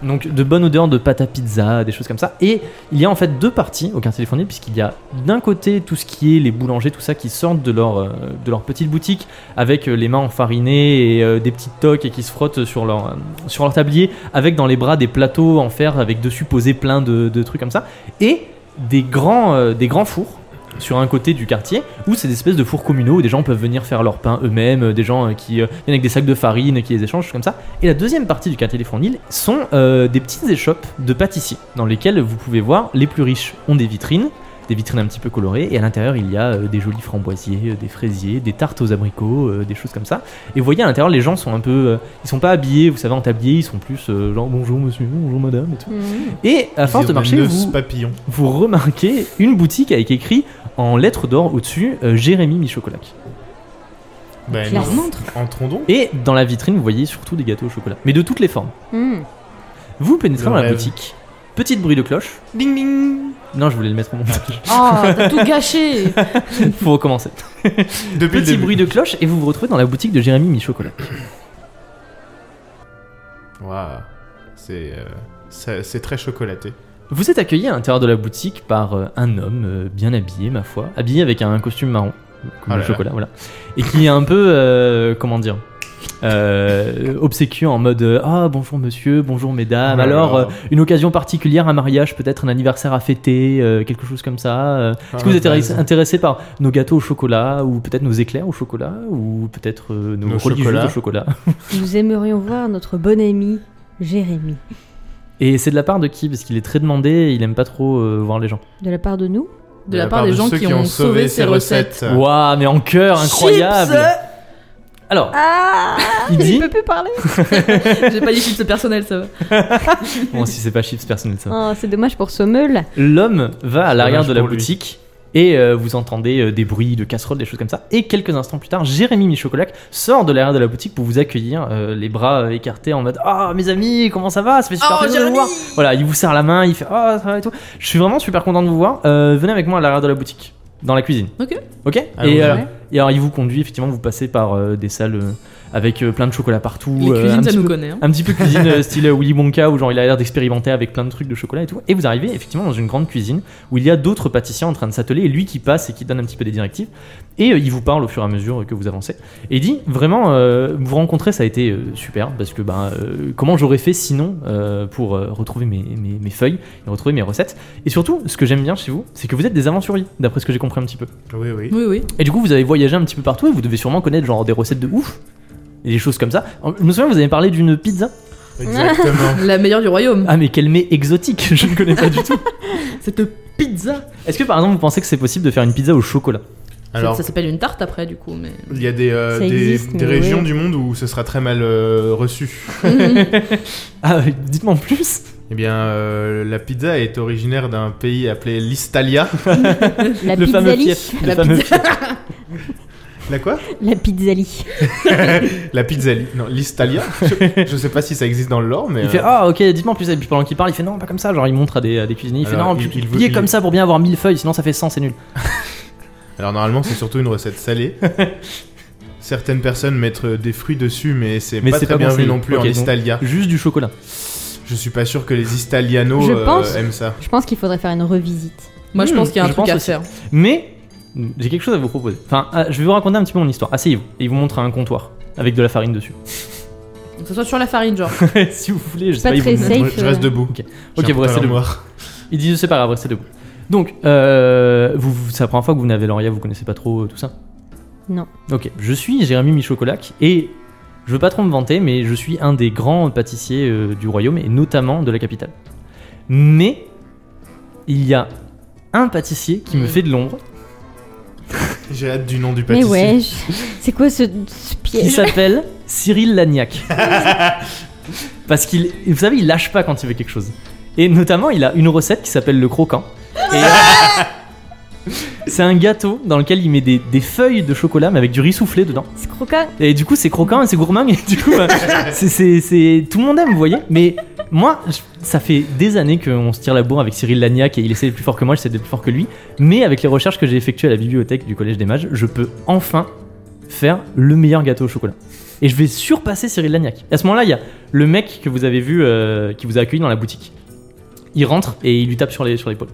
A: Donc de bonnes odeurs de pâte à pizza, des choses comme ça. Et il y a en fait deux parties au quartier des Fourniers, puisqu'il y a d'un côté tout ce qui est les boulangers, tout ça qui sortent de leur, euh, de leur petite boutique avec euh, les mains enfarinées et euh, des petites toques et qui se frottent sur leur, euh, sur leur tablier, avec dans les bras des plateaux en fer avec dessus posé plein de, de trucs comme ça. Et des grands, euh, des grands fours sur un côté du quartier où c'est des espèces de fours communaux où des gens peuvent venir faire leur pain eux-mêmes, euh, des gens euh, qui euh, viennent avec des sacs de farine qui les échangent comme ça. Et la deuxième partie du quartier des Fournils sont euh, des petites échoppes de pâtissiers dans lesquelles vous pouvez voir les plus riches ont des vitrines, des vitrines un petit peu colorées et à l'intérieur il y a euh, des jolis framboisiers, euh, des fraisiers, des tartes aux abricots, euh, des choses comme ça. Et vous voyez à l'intérieur les gens sont un peu, euh, ils sont pas habillés, vous savez en tablier, ils sont plus euh, genre bonjour monsieur, bonjour madame et tout.
C: Mmh.
A: Et à force de marcher vous
B: papillon.
A: vous remarquez une boutique avec écrit en lettres d'or au-dessus euh, Jérémy Michocolac.
B: Ben,
C: Clairement.
B: nous entrons donc.
A: Et dans la vitrine, vous voyez surtout des gâteaux au chocolat, mais de toutes les formes.
E: Mmh.
C: Mmh.
A: Vous pénétrez
B: Le
A: dans la
B: rêve.
A: boutique, petit bruit de cloche. Ding ding Non, je voulais le mettre
B: Ah,
A: au montage.
D: Oh, t'as tout gâché.
A: Faut recommencer.
B: Depuis le
A: Petit
B: début.
A: bruit de cloche et vous vous retrouvez dans la boutique de Jérémy Michocolac.
B: Waouh. C'est. euh, Ça- C'est très chocolaté.
A: Vous êtes accueilli à l'intérieur de la boutique par euh, un homme euh, bien habillé, ma foi, habillé avec un costume marron, comme
B: Ah
A: le
B: là
A: chocolat, voilà, et qui est un peu, euh, comment dire, euh, obséquieux en mode euh, ah bonjour monsieur, bonjour mesdames,
B: Oh là
A: alors
B: là.
A: euh, une occasion particulière, un mariage, peut-être un anniversaire à fêter, euh, quelque chose comme ça. euh, Est-ce que vous
B: Ah,
A: êtes intéressé- intéressé par nos gâteaux au chocolat ou peut-être nos éclairs au chocolat ou peut-être euh, nos,
B: Nos
A: religieuses
B: chocolats.
A: au chocolat
C: Nous aimerions voir notre bon ami Jérémy.
A: Et c'est de la part de qui Parce qu'il est très demandé, et il aime pas trop euh, voir les gens.
C: De la part de nous
D: De la part des gens
B: ceux
D: qui ont sauvé ces recettes.
A: Waouh, mais en cœur, incroyable
D: Chips
A: Alors,
C: Ah
A: il dit.
C: Je peux plus parler
D: J'ai pas dit chips personnel, ça va.
A: Bon, si c'est pas chips personnel, ça.
C: Oh, C'est dommage pour Sommel.
A: L'homme va à l'arrière
B: dommage
A: de la
B: pour lui.
A: boutique et euh, vous entendez euh, des bruits de casseroles, des choses comme ça. Et quelques instants plus tard, Jérémy Michocolac sort de l'arrière de la boutique pour vous accueillir, euh, les bras euh, écartés en mode Ah, mes amis, comment ça va Ça fait super
D: Oh,
A: plaisir de vous voir.
D: Jérémy
A: Voilà, il vous serre la main, il fait Ah, ça va et tout. Je suis vraiment super content de vous voir. Euh, venez avec moi à l'arrière de la boutique, dans la cuisine.
D: Ok.
A: Ok
B: Allons-y.
A: et, euh,
D: Ouais.
A: et alors, il vous conduit, effectivement, vous passez par euh, des salles euh, avec euh, plein de chocolat partout.
D: Les
A: euh, un
D: cuisines, ça
A: petit
D: nous
A: peu-
D: connaît. hein.
A: un petit peu cuisine euh, style Willy Wonka où genre il a l'air d'expérimenter avec plein de trucs de chocolat et tout. Et vous arrivez effectivement dans une grande cuisine où il y a d'autres pâtissiers en train de s'atteler et lui qui passe et qui donne un petit peu des directives. Et euh, il vous parle au fur et à mesure que vous avancez. Et il dit vraiment, euh, vous rencontrer ça a été euh, super parce que ben euh, comment j'aurais fait sinon euh, pour euh, retrouver mes, mes- mes feuilles et retrouver mes recettes. Et surtout, ce que j'aime bien chez vous, c'est que vous êtes des aventuriers d'après ce que j'ai compris un petit peu.
B: Oui, oui.
D: Oui, oui.
A: Et du coup, vous avez voyagé un petit peu partout et vous devez sûrement connaître genre des recettes de ouf. Et des choses comme ça. Je me souviens, vous avez parlé d'une pizza
B: Exactement.
D: La meilleure du royaume.
A: ah mais quel mets exotique, je ne connais pas du tout.
D: Cette pizza.
A: Est-ce que par exemple vous pensez que c'est possible de faire une pizza au chocolat
B: Alors,
D: Ça s'appelle une tarte après, du coup, mais.
B: il y a des, euh,
C: Ça
B: des,
C: existe,
B: des
C: mais
B: régions
C: ouais.
B: du monde où ce sera très mal euh, reçu.
C: Mm,
D: Mhm.
A: Ah euh, dites-moi en plus.
B: Eh bien, euh, la pizza est originaire d'un pays appelé l'Istalia.
C: La
A: le fameux
C: pizzalie.
A: fief. Le
D: La
A: fameux
D: pizza.
A: fief.
B: La quoi
C: La pizzalie.
B: La pizzalie. Non, l'Istalia. Je, je sais pas si ça existe dans le lore, mais.
A: Il fait
B: euh,
A: ah ok dites-moi en plus et puis pendant qu'il parle il fait non pas comme ça genre il montre à des, à des cuisiniers il fait
B: Alors,
A: non
B: il-
A: puis
B: il veut-
A: pliez
B: il-
A: comme ça pour bien avoir 1000 feuilles sinon ça fait 100 c'est nul.
B: Alors normalement, c'est surtout une recette salée. Certaines personnes mettent euh, des fruits dessus, mais c'est
A: Mais
B: pas
A: c'est
B: très
A: pas
B: bien vu
A: conseillé.
B: non plus
A: Ok,
B: en
A: donc-
B: Istalia.
A: Juste du chocolat.
B: Je suis pas sûr que les Istalianos
C: Je
B: euh,
C: pense-
B: aiment ça.
C: Je pense qu'il faudrait faire une revisite.
D: Moi, je
A: Mhm,
D: pense qu'il y a un
A: je
D: truc
A: pense
D: à
A: aussi.
D: faire.
A: Mais j'ai quelque chose à vous proposer. Enfin ah, je vais vous raconter un petit peu mon histoire. Asseyez-vous et il vous montre un comptoir avec de la farine dessus.
D: Que ce soit sur la farine, genre.
A: si vous voulez je sais
C: Pas
A: pas. il vous
C: très
A: montre-
C: safe.
B: Moi, je reste
C: euh,
B: debout.
A: Ok.
B: J'ai
A: Ok
B: un
A: vous
B: pantalon
A: restez debout.
B: noir.
A: Il dit c'est pas grave restez debout. Donc euh, vous, vous- c'est la première fois que vous venez à Véloria vous connaissez pas trop euh, tout ça.
C: Non.
A: Ok, je suis Jérémy Michocolac et je veux pas trop me vanter, mais je suis un des grands pâtissiers euh, du royaume et notamment de la capitale. Mais il y a un pâtissier qui me fait de l'ombre
B: J'ai hâte du nom du
C: Mais
B: pâtissier.
C: ouais, je- c'est quoi ce, ce
A: qui
C: piège
A: s'appelle Cyril Lagnac. Parce qu'il, vous savez, il lâche pas quand il veut quelque chose. Et notamment, il a une recette qui s'appelle le croquant. Et c'est un gâteau dans lequel il met des, des feuilles de chocolat mais avec du riz soufflé dedans.
C: C'est croquant.
A: Et du coup, c'est croquant et c'est gourmand, et du coup, bah, c'est, c'est- c'est- tout le monde aime, vous voyez. Mais moi, je- ça fait des années qu'on se tire la bourre avec Cyril Lagnac et il essaie d'être plus fort que moi, j'essaie d'être plus fort que lui. Mais avec les recherches que j'ai effectuées à la bibliothèque du Collège des Mages, je peux enfin faire le meilleur gâteau au chocolat. Et je vais surpasser Cyril Lagnac. À ce moment-là, il y a le mec que vous avez vu, euh, qui vous a accueilli dans la boutique. Il rentre et il lui tape sur, les, sur l'épaule.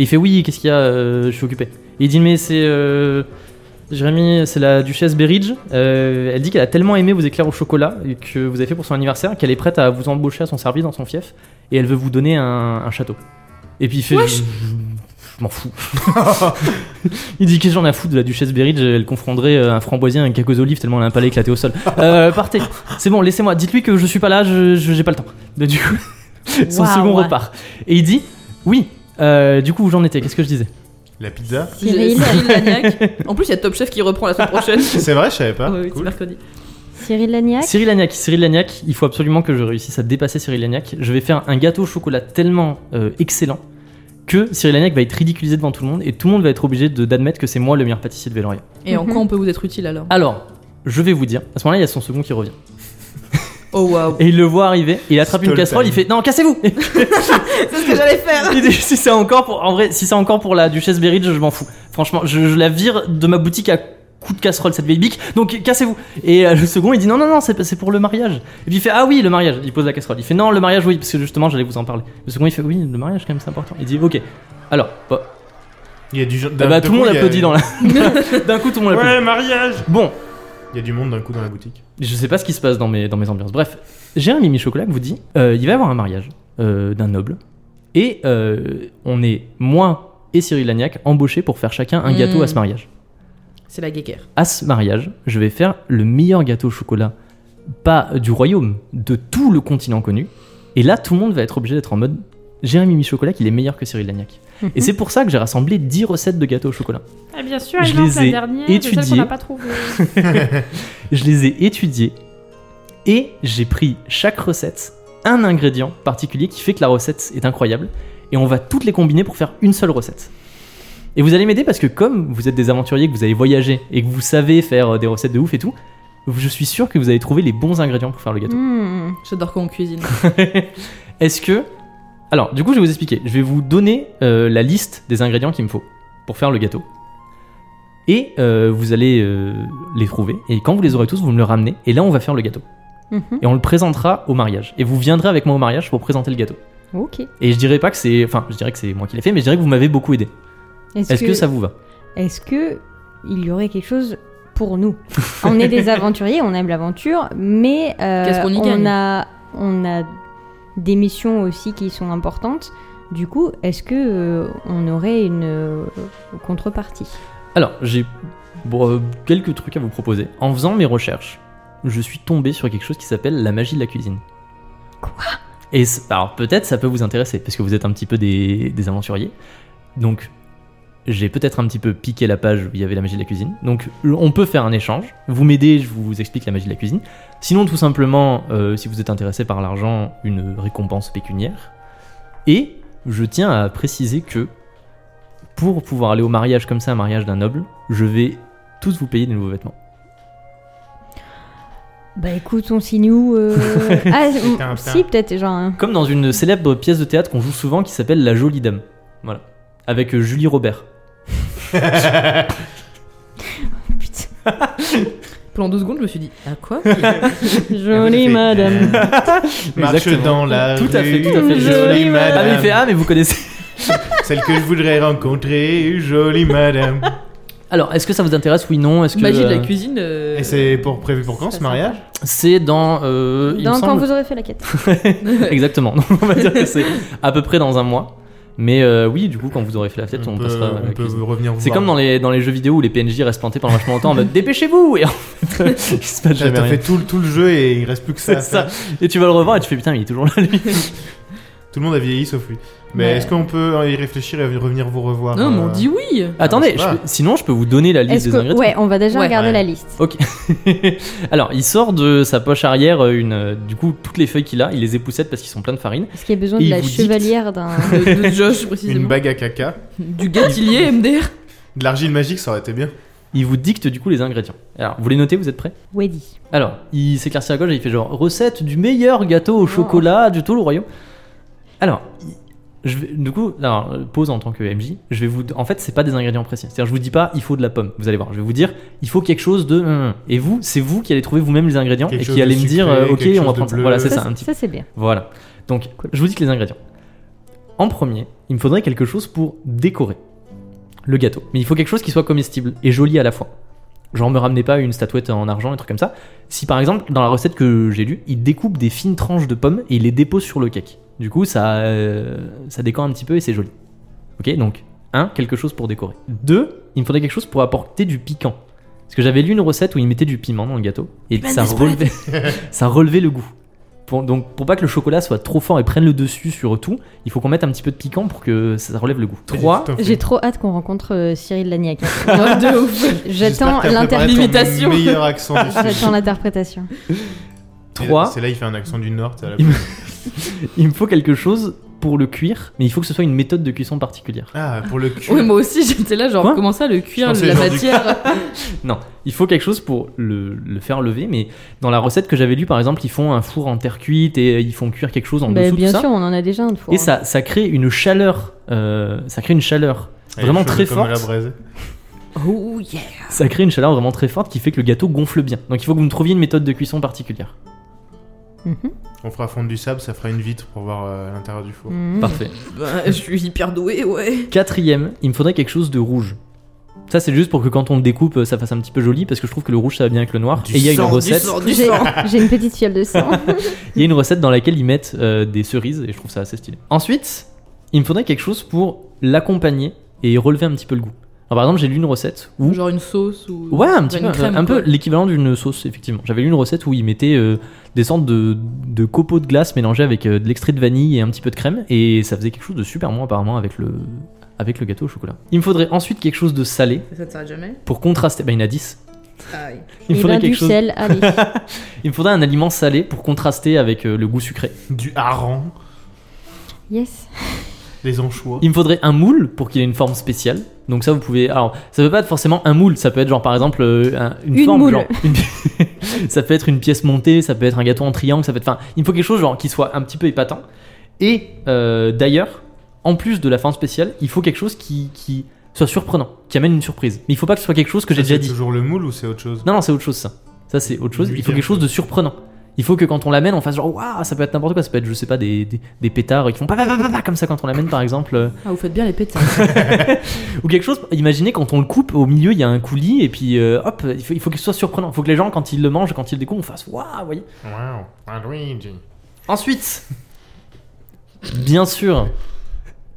A: Et il fait Oui, qu'est-ce qu'il y a Euh, Je suis occupé. Et il dit Mais c'est. euh, Jérémy, c'est la duchesse Berridge. Euh, elle dit qu'elle a tellement aimé vos éclairs au chocolat et que vous avez fait pour son anniversaire qu'elle est prête à vous embaucher à son service dans son fief et elle veut vous donner un, un château. Et puis il fait.
D: Wesh.
A: Je, je m'en fous. il dit Qu'est-ce que j'en ai à foutre de la duchesse Berridge Elle confondrait euh, un framboisier à un cacos olive tellement elle a un palais éclaté au sol. Euh, partez, c'est bon, laissez-moi. Dites-lui que je suis pas là, je, je- j'ai pas le temps. Et du coup, son
D: Waouh.
A: second repart. Et il dit Oui, euh, du coup, où j'en étais Qu'est-ce que je disais
B: La pizza
C: Cyril.
D: Cyril Lagnac. En plus, il y a Top Chef qui reprend la semaine prochaine.
B: C'est vrai, je savais pas.
D: Ouais, oui, c'est
B: Cool.
D: mercredi.
C: Cyril Lagnac
A: Cyril Lagnac, Cyril Lagnac, il faut absolument que je réussisse à dépasser Cyril Lagnac. Je vais faire un gâteau au chocolat tellement euh, excellent que Cyril Lagnac va être ridiculisé devant tout le monde et tout le monde va être obligé de- d'admettre que c'est moi le meilleur pâtissier de Véloria.
D: Et en
C: Mhm.
D: quoi on peut vous être utile alors
A: Alors, je vais vous dire, à ce moment-là, il y a son second qui revient.
D: Oh waouh.
A: Et il le voit arriver, il attrape une
B: Stole
A: casserole,
B: time.
A: il fait Non, cassez-vous
D: C'est ce que j'allais faire.
A: Il dit, si c'est encore pour en vrai, si c'est encore pour la duchesse Berridge, je m'en fous. Franchement, je, je la vire de ma boutique à coup de casserole cette vieille bique, donc cassez-vous. Et euh, le second, il dit non, non, non, c'est c'est pour le mariage. Et puis il fait ah oui, le mariage. Il pose la casserole. Il fait non, le mariage, oui, parce que justement, j'allais vous en parler. Le second, il fait oui, le mariage, quand même, c'est important. Il dit ok. Alors, bah,
B: Il y a du
A: bah, tout le monde applaudit dans la. D'un coup, tout le monde applaudit.
B: Ouais, mariage
A: Bon,
B: Il y a du monde d'un coup dans la boutique.
A: je sais pas ce qui se passe dans mes, dans mes ambiances. Bref, j'ai un Mimi Chocolat qui vous dit euh, il va y avoir un mariage euh, d'un noble. Et euh, on est, moi et Cyril Lagnac, embauchés pour faire chacun un gâteau
D: Mm.
A: à ce mariage.
D: C'est la guéguerre.
A: à ce mariage, je vais faire le meilleur gâteau au chocolat, pas du royaume, de tout le continent connu. Et là, tout le monde va être obligé d'être en mode Jérémy Michocolat, qu'il est meilleur que Cyril Lagnac. Et c'est pour ça que j'ai rassemblé 10 recettes de gâteau au chocolat.
E: Ah, bien sûr,
A: Je
E: elle lance
A: les
E: la
A: ai
E: dernière, c'est celle qu'on
A: étudiés.
E: n'a pas trouvée.
A: Je les ai étudiées et j'ai pris chaque recette un ingrédient particulier qui fait que la recette est incroyable. Et on va toutes les combiner pour faire une seule recette. Et vous allez m'aider parce que comme vous êtes des aventuriers, que vous avez voyagé et que vous savez faire euh, des recettes de ouf et tout, je suis sûr que vous avez trouvé les bons ingrédients pour faire le gâteau.
C: Mmh.
D: J'adore quand on cuisine.
A: Est-ce que. Alors, du coup, je vais vous expliquer. Je vais vous donner euh, la liste des ingrédients qu'il me faut pour faire le gâteau. Et euh, vous allez euh, les trouver. Et quand vous les aurez tous, vous me le ramenez. Et là, on va faire le gâteau.
C: Mhm.
A: Et on le présentera au mariage. Et vous viendrez avec moi au mariage pour présenter le gâteau.
C: Ok.
A: Et je dirais pas que c'est. Enfin, je dirais que c'est moi qui l'ai fait, mais je dirais que vous m'avez beaucoup aidé.
C: Est-ce
A: Est-ce que... ça vous va
C: Est-ce que il y aurait quelque chose pour nous On est des aventuriers, on aime l'aventure, mais euh,
D: Qu'est-ce qu'on y gagne
C: on a on a des missions aussi qui sont importantes. Du coup, est-ce que euh, on aurait une euh, contrepartie
A: Alors, j'ai bon, euh, quelques trucs à vous proposer. En faisant mes recherches, je suis tombé sur quelque chose qui s'appelle la magie de la cuisine.
C: Quoi
A: Et c- alors peut-être ça peut vous intéresser, parce que vous êtes un petit peu des, des aventuriers. Donc, j'ai peut-être un petit peu piqué la page où il y avait la magie de la cuisine. Donc, l- on peut faire un échange. Vous m'aidez, je vous explique la magie de la cuisine. Sinon, tout simplement, euh, si vous êtes intéressé par l'argent, une récompense pécuniaire. Et je tiens à préciser que pour pouvoir aller au mariage comme ça, un mariage d'un noble, je vais tous vous payer des nouveaux vêtements.
C: Bah écoute, on signe où euh, Ah, on-
B: Putain,
C: si peut-être genre. hein.
A: Comme dans une célèbre pièce de théâtre qu'on joue souvent qui s'appelle La Jolie Dame. Voilà. Avec euh, Julie Robert.
C: Putain,
D: Pendant deux secondes, je me suis dit, à quoi
C: jolie
B: Parfait.
C: madame.
B: euh, Marche
A: Exactement.
B: dans la
A: Tout
B: rue.
A: à fait, tout à fait.
B: Jolie
C: Jolie
A: Ah, mais il
B: madame.
A: fait Ah, mais vous connaissez.
B: Celle que je voudrais rencontrer, jolie madame.
A: Alors, est-ce que ça vous intéresse Oui, non Est-ce que.
D: Magie de la
A: euh,
D: cuisine. euh,
B: Et c'est pour prévu pour quand
D: ça
B: ce mariage
A: C'est dans. euh, il me
C: Dans quand
A: semble-
C: vous aurez fait la quête.
A: Exactement. Donc, on va dire que c'est à peu près dans un mois. Mais euh, oui, du coup, quand vous aurez fait la fête, on,
B: peut,
A: passera à la
B: on peut
A: cuisine.
B: revenir vous
A: C'est comme dans les, dans les jeux vidéo où les PNJ restent plantés pendant vachement longtemps en mode dépêchez-vous Et en fait, il se passe jamais
B: T'as
A: rien.
B: fait tout, le- tout le jeu et il reste plus que ça. à
A: C'est ça.
B: faire.
A: Et tu vas le revoir et tu fais putain, mais il est toujours là lui.
B: Tout le monde a vieilli sauf lui. Mais
D: Ouais.
B: est-ce qu'on peut hein, y réfléchir et revenir vous revoir
D: Non, mais on
B: euh,
D: dit oui.
A: Attendez,
B: je sais
A: je
B: pas.
A: peux- sinon je peux vous donner la liste
C: Est-ce
A: des
C: que
A: ingrédients.
C: ouais, on va déjà
D: Ouais.
C: regarder
B: Ouais.
C: la liste.
A: Alors, il sort de sa poche arrière euh, une, euh, du coup toutes les feuilles qu'il a, il les époussette parce qu'ils sont pleins de farine.
C: Est-ce qu'il y a besoin
A: Et
C: de
A: il
C: la
A: vous dicte.
C: chevalière d'un
D: De, de Josh, précisément.
B: Une bague à caca.
D: Du gâtillier MDR.
B: De l'argile magique, ça aurait été bien.
A: Il vous dicte du coup les ingrédients. Alors, vous les notez, vous êtes prêts
C: Weddy
A: Alors, il s'éclaircit à gauche et il fait genre recette du meilleur gâteau au chocolat du tout le royaume. Alors, il- je vais, du coup, alors, euh, pause en tant que MJ, je vais vous, en fait, c'est pas des ingrédients précis. C'est-à-dire, je vous dis pas, il faut de la pomme. Vous allez voir, je vais vous dire, il faut quelque chose de, et vous, c'est vous qui allez trouver vous-même les ingrédients
B: Quelque
A: et
B: chose
A: qui
B: de
A: allez me dire,
B: sucré,
A: euh, ok,
B: quelque
A: on va
B: chose de
A: prendre ça.
B: bleu.
A: Voilà, c'est
C: Ça,
A: ça, un petit.
C: ça, c'est bien.
A: Voilà. Donc,
C: Cool.
A: je vous dis que les ingrédients. En premier, il me faudrait quelque chose pour décorer le gâteau. Mais il faut quelque chose qui soit comestible et joli à la fois. Genre, me ramenez pas une statuette en argent, un truc comme ça. Si par exemple, dans la recette que j'ai lue, il découpe des fines tranches de pommes et il les dépose sur le cake. Du coup, ça, euh, ça décore un petit peu et c'est joli. Ok, donc, un, quelque chose pour décorer. Deux, il me faudrait quelque chose pour apporter du piquant. Parce que j'avais lu une recette où il mettait du piment dans le gâteau et ça relevait, ça relevait le goût. Pour- donc, pour pas que le chocolat soit trop fort et prenne le dessus sur tout, il faut qu'on mette un petit peu de piquant pour que ça relève le goût. Trois,
B: Tout à fait.
C: J'ai trop hâte qu'on rencontre euh, Cyril Lagnac.
D: Ouais, de ouf.
C: J'attends
B: J'espère que t'as préparé ton
D: l'interlimitation.
B: meilleur accent du Sud.
C: J'attends l'interprétation.
B: Et là-
A: trois,
B: C'est là, il fait un accent du Nord. t'as la-
A: Il me- il me faut quelque chose pour le cuire, mais il faut que ce soit une méthode de cuisson particulière.
B: Ah, pour le cul.
D: Oui, moi aussi, j'étais là, genre,
A: Quoi
D: comment ça, le cuir,
B: Je pensais
D: la
B: genre du-
D: matière
A: Non, il faut quelque chose pour le, le faire lever, mais dans la recette que j'avais lue, par exemple, ils font un four en terre cuite et ils font cuire quelque chose en
C: Bah,
A: dessous de
C: bien
A: ça.
C: sûr, on en a déjà un de fois.
A: Et ça, ça crée une chaleur, euh, ça crée une chaleur
B: Elle est
A: vraiment
B: chaude
A: très
B: comme à la
A: forte.
B: braise.
D: Oh yeah
A: Ça crée une chaleur vraiment très forte qui fait que le gâteau gonfle bien. Donc il faut que vous me trouviez une méthode de cuisson particulière.
C: Mhm.
B: On fera fondre du sable, ça fera une vitre pour voir euh, l'intérieur du four.
C: Mhm.
A: Parfait.
D: Bah, Je suis hyper doué, ouais
A: Quatrième, il me faudrait quelque chose de rouge. Ça, c'est juste pour que quand on le découpe, euh, ça fasse un petit peu joli parce que je trouve que le rouge ça va bien avec le noir.
B: Du
A: Et il y a une
B: sang, du
A: recette.
D: sang, du
C: J'ai
D: sang.
C: j'ai une petite fiole de sang.
A: Il y a une recette dans laquelle ils mettent euh, des cerises et je trouve ça assez stylé. Ensuite, il me faudrait quelque chose pour l'accompagner et relever un petit peu le goût. Alors, par exemple, j'ai lu une recette où.
D: Genre une sauce ou.
A: Ouais, un petit
D: une
A: peu,
D: crème,
A: un peu
D: quoi.
A: l'équivalent d'une sauce, effectivement. J'avais lu une recette où ils mettaient euh, des sortes de, de copeaux de glace mélangés avec euh, de l'extrait de vanille et un petit peu de crème, et ça faisait quelque chose de super bon apparemment avec le, avec le gâteau au chocolat. Il me faudrait ensuite quelque chose de salé
D: Ça te s'arrête jamais
A: pour contraster. Bah, il y en a 10.
D: Aïe.
A: Il me
C: Et
A: faudrait
C: ben,
A: quelque
C: du
A: chose.
C: sel, allez.
A: Il me faudrait un aliment salé pour contraster avec euh, le goût sucré.
B: Du hareng,
C: Yes.
B: des anchois.
A: Il me faudrait un moule pour qu'il ait une forme spéciale. Donc ça, vous pouvez. Alors, ça peut pas être forcément un moule. Ça peut être genre par exemple euh, un- une,
C: Une
A: forme.
C: moule.
A: genre, une- ça peut être une pièce montée. Ça peut être un gâteau en triangle. Ça peut être. Enfin, il me faut quelque chose genre qui soit un petit peu épatant. Et euh, d'ailleurs, en plus de la forme spéciale, il faut quelque chose qui, qui soit surprenant, qui amène une surprise. Mais il faut pas que ce soit quelque chose que j'ai
B: Ça, c'est
A: déjà dit.
B: toujours le moule ou c'est autre chose
A: Non, non, c'est autre chose ça. Ça, c'est autre chose. Il faut
B: Huitième.
A: quelque chose de surprenant. Il faut que quand on l'amène, on fasse genre waouh, ça peut être n'importe quoi. Ça peut être, je sais pas, des, des, des pétards qui font pa pa pa pa pa comme ça quand on l'amène par exemple. euh,
D: Ah, vous faites bien les pétards.
A: Ou quelque chose, imaginez quand on le coupe, au milieu il y a un coulis et puis euh, hop, il faut, il faut que ce soit surprenant. Il faut que les gens, quand ils le mangent, quand ils le découvrent, on fasse waouh, vous voyez.
B: Wow, un Luigi.
A: Ensuite, bien sûr,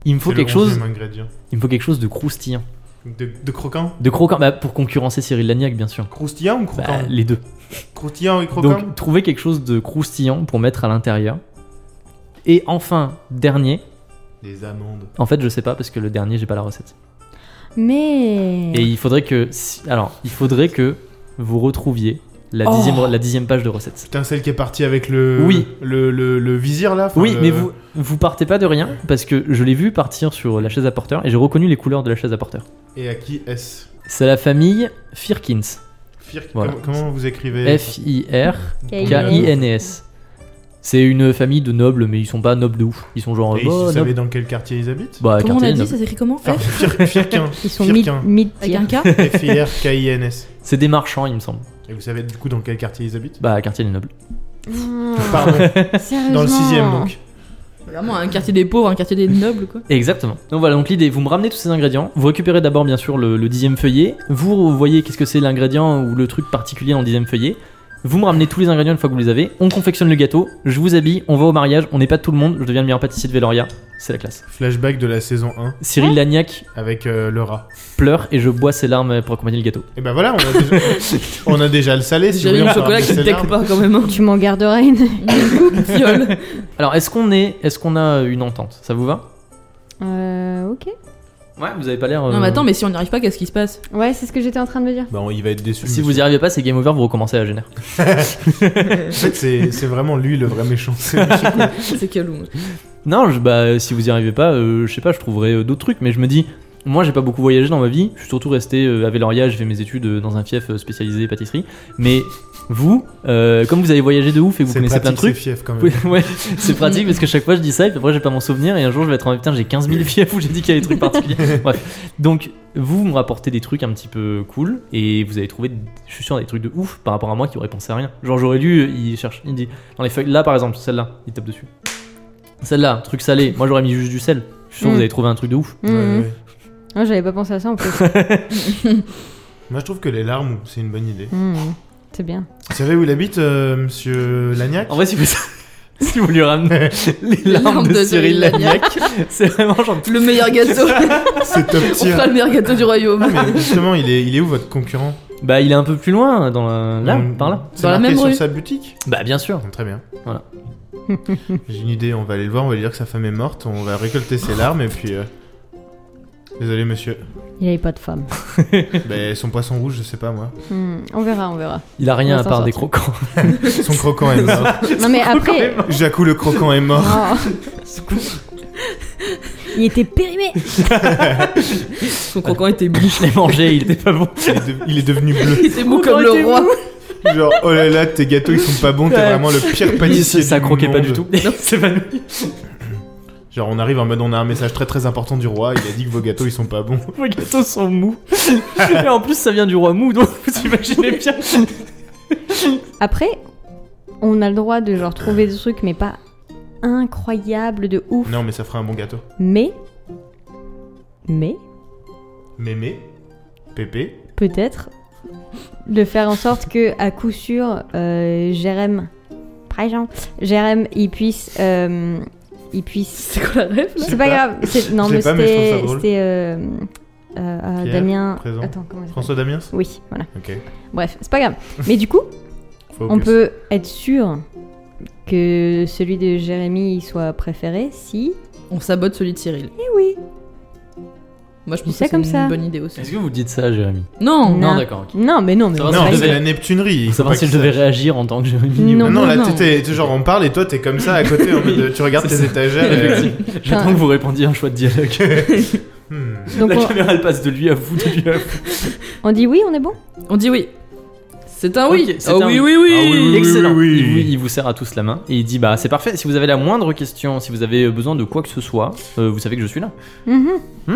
A: il me faut
B: C'est le
A: quelque chose,
B: onzième ingrédient.
A: il me faut quelque chose de croustillant,
B: De, de croquant
A: de croquant, bah, pour concurrencer Cyril Lagnac, bien sûr.
B: Croustillant ou
A: Bah,
B: croquant
A: les deux.
B: Croustillant et croquant
A: Donc, trouver quelque chose de croustillant pour mettre à l'intérieur. Et enfin, dernier,
B: Des amandes.
A: en fait, je sais pas parce que le dernier, j'ai pas la recette.
C: Mais.
A: Et il faudrait que, si- alors, il faudrait que vous retrouviez la
D: Oh.
A: dixième, la dixième page de recette.
B: Putain, celle qui est partie avec le.
A: Oui.
B: Le, le, le vizir là enfin,
A: Oui,
B: le-
A: mais vous, vous partez pas de rien parce que je l'ai vu partir sur la chaise à porteur et j'ai reconnu les couleurs de la chaise à porteur.
B: Et à qui est-ce
A: C'est la famille Firkins.
B: Firk,
A: Voilà.
B: comment, comment vous écrivez
C: K-I-N.
A: F-I-R-K-I-N-S. C'est une famille de nobles, mais ils sont pas nobles de ouf. Ils sont genre.
B: Et
A: oh,
B: vous
A: nobles.
B: savez dans quel quartier ils habitent
A: Bah,
D: Comment on a
A: quartier des
D: dit
A: nobles.
D: Ça s'écrit comment
B: Enfin,
D: F
B: Fir- Firkin.
C: Ils sont mid-
B: Firkin.
D: Avec
C: mid-tier.
D: un K
B: F-I-R-K-I-N-S.
A: C'est des marchands, il me semble.
B: Et vous savez du coup dans quel quartier ils habitent
A: Bah, quartier des nobles.
B: Pardon,
C: Ah, Sérieusement.
B: dans le sixième donc.
D: Vraiment un quartier des pauvres, un quartier des nobles, quoi.
A: Exactement. Donc voilà, donc l'idée, vous me ramenez tous ces ingrédients, vous récupérez d'abord bien sûr le, le dixième feuillet, vous voyez qu'est-ce que c'est l'ingrédient ou le truc particulier dans le dixième feuillet, vous me ramenez tous les ingrédients une fois que vous les avez, on confectionne le gâteau, je vous habille, on va au mariage, on n'est pas tout le monde, je deviens le meilleur pâtissier de Veloria, c'est la classe.
B: Flashback de la saison 1
A: Cyril Lagnac
B: avec euh, le rat.
A: pleure et je bois ses larmes pour accompagner le gâteau.
B: Et ben voilà, on a déjà, on a déjà le salé. Si vous
D: J'avais
B: voulez,
D: une
B: on peut
D: chocolat
B: ramener
D: qui ne
B: ses
D: tec
B: larmes.
D: pas quand même. hein.
C: Tu m'en garderas une.
D: Fiole.
A: Alors est-ce qu'on est, est-ce qu'on a une entente Ça vous va
C: Euh, ok.
A: Ouais, vous avez pas l'air. euh,
D: Non, mais attends, mais si on n'y arrive pas, qu'est-ce qui se passe
C: Ouais, c'est ce que j'étais en train de me dire.
B: Bon, Bah, il va être déçu.
A: Si
B: monsieur.
A: vous y arrivez pas, c'est game over, vous recommencez à générer.
B: En fait, c'est c'est vraiment lui le vrai méchant. C'est-
D: C'est calou.
A: Non, je- bah si vous y arrivez pas, euh, je sais pas, je trouverai euh, d'autres trucs, mais je me dis, moi j'ai pas beaucoup voyagé dans ma vie, je suis surtout resté euh, à Véloria, j'ai fait mes études euh, dans un fief euh, spécialisé pâtisserie, mais vous, euh, comme vous avez voyagé de ouf et que vous
B: c'est
A: connaissez
B: pratique,
A: plein de
B: c'est
A: trucs,
B: fief quand même.
A: oui, ouais, c'est pratique parce que chaque fois je dis ça et puis après j'ai pas mon souvenir et un jour je vais être en putain j'ai 15 000 fiefs où j'ai dit qu'il y a des trucs particuliers. Bref. Donc vous me rapportez des trucs un petit peu cool et vous avez trouvé, je suis sûr, des trucs de ouf par rapport à moi qui aurait pensé à rien. Genre j'aurais lu, il cherche, il dit dans les feuilles, là par exemple, celle-là, il tape dessus. Celle-là, truc salé, moi j'aurais mis juste du sel. Je suis sûr que
C: Mm.
A: vous avez trouvé un truc de ouf.
C: Mhm.
B: Ouais,
D: Mm.
B: ouais.
C: Non, j'avais pas pensé à ça en plus.
B: Moi, je trouve que les larmes, c'est une bonne idée.
C: Mhm. C'est bien.
B: Vous savez où il habite, euh, monsieur Lagnac
D: Oh.
A: En vrai, si vous, si vous lui ramenez les larmes, de, Cyril Lagnac, c'est vraiment genre.
D: Le meilleur gâteau.
B: C'est top
D: On
B: tier.
D: fera le meilleur gâteau du royaume.
B: Mais justement, il est, il est où votre concurrent
A: Bah il est un peu plus loin, dans la... là,
B: On-
A: par là.
B: C'est
D: Dans la
B: marqué
D: même
B: sur
D: rue.
B: sa boutique
A: Bah bien sûr.
B: Ah, Très bien.
A: Voilà.
B: J'ai une idée, on va aller le voir, on va lui dire que sa femme est morte, on va récolter ses larmes et puis. euh, Désolé, monsieur.
C: Il avait pas de femme.
B: Mais son poisson rouge, je sais pas moi.
C: Mhm. On verra, on verra.
A: Il a rien
C: On va
A: à
C: s'en
A: part des
C: sortir.
A: croquants.
B: Son croquant est mort.
C: Non mais après,
B: Jacou le croquant est mort.
C: Oh. il était périmé.
D: Son croquant était mou.
A: Je l'ai mangé, il était pas bon.
B: Il est, de- il est devenu bleu.
D: Il était mou
A: Son
D: comme
A: croquant
D: le
A: était
D: roi.
B: Genre, oh là là, tes gâteaux ils sont pas bons, t'es
A: Ouais.
B: vraiment le pire pâtissier.
A: ça
B: du
A: croquait pas
B: monde.
A: du tout. C'est pas lui.
B: Genre, on arrive en mode, on a un message très très important du roi, il a dit que vos gâteaux ils sont pas bons.
A: Vos gâteaux sont mous. Et en plus, ça vient du roi mou, donc vous imaginez bien.
C: Après, on a le droit de genre trouver des trucs, mais pas incroyables de ouf.
B: Non, mais ça ferait un bon gâteau.
C: Mais, mais
B: Mémé, Pépé,
C: peut-être de faire en sorte que, à coup sûr, euh, Jérém, par exemple, Jérém, il puisse, euh, il puisse.
D: C'est quoi la rêve là
B: Je sais
C: C'est pas
B: pas.
C: grave. c'est- Non,
B: Je sais
C: mais
B: pas, mais je trouve ça
C: c'était,
B: drôle.
C: c'était euh, euh, euh,
B: Pierre,
C: Damien.
B: présent.
C: Attends, comment il s'appelle
B: François Damiens
C: Oui, voilà.
B: Ok.
C: Bref, c'est pas grave. Mais du coup,
B: Focus.
C: on peut être sûr que celui de Jérémy il soit préféré si.
D: On sabote celui de Cyril.
C: Eh oui.
D: Moi, je
C: Dis
D: pense
C: ça
D: que c'est
C: comme
D: une
C: ça.
D: bonne idée aussi.
A: Est-ce que vous dites ça, Jérémy
D: Non,
C: Non.
A: d'accord, ok.
C: Non, mais non, mais
A: Ça va,
C: bon,
A: ça
B: Non,
A: va,
C: c'est
B: c'est
A: je-
B: la Neptunerie.
A: Faut
B: faut
A: savoir
B: pas
A: si
B: que
A: je devais
B: ça-
A: réagir en tant que Jérémy.
C: Non,
A: ou-
B: Non, non, là,
D: non.
B: tu t'es- t'es genre, on parle et toi, t'es comme ça à côté en mode, de- tu regardes
A: C'est
B: tes
A: ça.
B: étagères. et-
A: Effectivement. J'attends que vous répondiez à un choix de dialogue.
B: Hmm.
C: Donc
A: La
C: on,
A: caméra, elle passe de lui à vous, de lui à vous.
C: on dit oui, on est bon
D: On dit oui. C'est un oui.
A: Ok, c'est
D: Ah
A: un
D: oui, oui, oui.
B: Ah oui, oui.
A: Excellent.
B: oui.
A: Il, vous, il vous serre à tous la main et il dit bah c'est parfait. Si vous avez la moindre question, si vous avez besoin de quoi que ce soit, euh, vous savez que je suis là.
C: Mhm.
A: Hmm.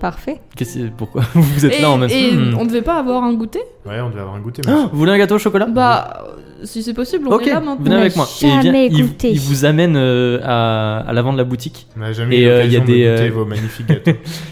C: Parfait.
A: Qu'est-ce que- pourquoi vous êtes
D: Et,
A: là en même temps Hmm.
D: et on devait pas avoir un goûter
B: Ouais, on devait avoir un goûter. mais-
A: Vous voulez un gâteau au chocolat
D: Bah, euh, si c'est possible, on
A: Ok,
D: est là maintenant.
A: venez
C: On
A: avec
C: a
A: moi. Et il,
C: jamais
A: il-
C: goûté.
A: il vous amène euh, à, à l'avant de la boutique.
B: On n'a jamais
A: Et,
B: eu
A: euh, y a
B: l'occasion de
A: des,
B: goûter
A: euh,
B: vos magnifiques gâteaux.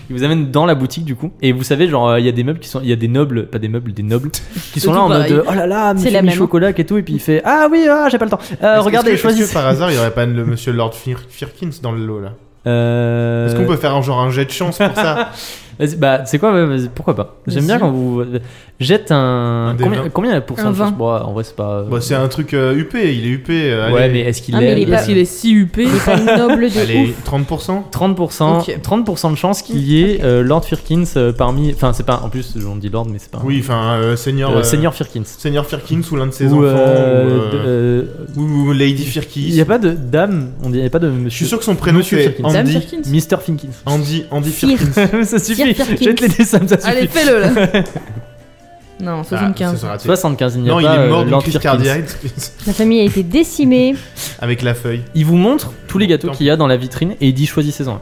A: Il vous amène dans la boutique du coup. Et vous savez, genre, euh, il y a des meubles qui sont. Il y a des nobles, pas des meubles, des nobles, qui sont
D: C'est
A: là
D: tout
A: en mode
D: pareil.
A: euh, oh là là,
C: C'est
A: monsieur
C: la même, hein.
A: Michocolac et tout. Et puis il fait ah oui, ah, j'ai pas le temps. Euh,
B: Est-ce- est-ce
A: regardez,
B: que-
A: choisissez.
B: Est-ce que par hasard, il n'y aurait pas le monsieur Lord Fir- Firkins dans le lot là
A: Euh,
B: Est-ce qu'on peut faire un genre un jet de chance pour ça
A: Vas-y, bah, c'est quoi ouais, vas-y, Pourquoi pas J'aime
D: Vas-y.
A: bien quand vous euh, jette un.
B: Un des
A: combien,
B: vingt.
A: combien il y a pour
D: Un
A: ça
D: vingt.
A: Bon, en vrai, c'est pas.
B: Bah, C'est un truc euh, huppé, il est huppé. euh,
A: ouais,
B: allez.
A: mais est-ce qu'il
C: Ah, mais
A: est.
C: il est
D: Parce
C: pas-
D: qu'il est si huppé.
C: Il est pas noble de
B: Allez,
C: ouf.
B: 30%
A: 30%,
D: Ok.
A: 30 de chance qu'il y ait euh, Lord Firkins euh, parmi. Enfin, c'est pas. En plus, on dit Lord, mais c'est pas. un-
B: Oui, enfin, euh,
A: Euh,
B: Seigneur. euh,
A: Seigneur Firkins.
B: Seigneur Firkins ou l'un de ses
A: Ou,
B: enfants.
A: euh,
B: ou, euh,
A: de- euh,
B: ou- ou Lady
A: Il
B: Firkins.
A: n'y a pas de dame, on dirait pas de monsieur.
B: Je suis sûr que son prénom
A: Monsieur
B: c'est
A: Firkins.
D: Dame
B: Andy.
D: Firkins.
A: Mister Firkins.
B: Andy, Andy
C: Sir.
B: Firkins.
A: ça suffit,
C: Firkins.
A: jette les dessins, ça suffit.
D: Allez, fais-le là. Non,
B: Ah,
D: 75.
B: ça sera raté.
A: 75, il n'y a
B: non, il
A: pas
B: est
A: euh,
B: mort d'une
A: Lord
B: crise
A: Firkins.
B: cardiaque
C: La famille a été décimée.
B: avec la feuille.
A: Il vous montre tous les gâteaux
B: Tant
A: qu'il y a dans la vitrine et il dit choisissez-en. un.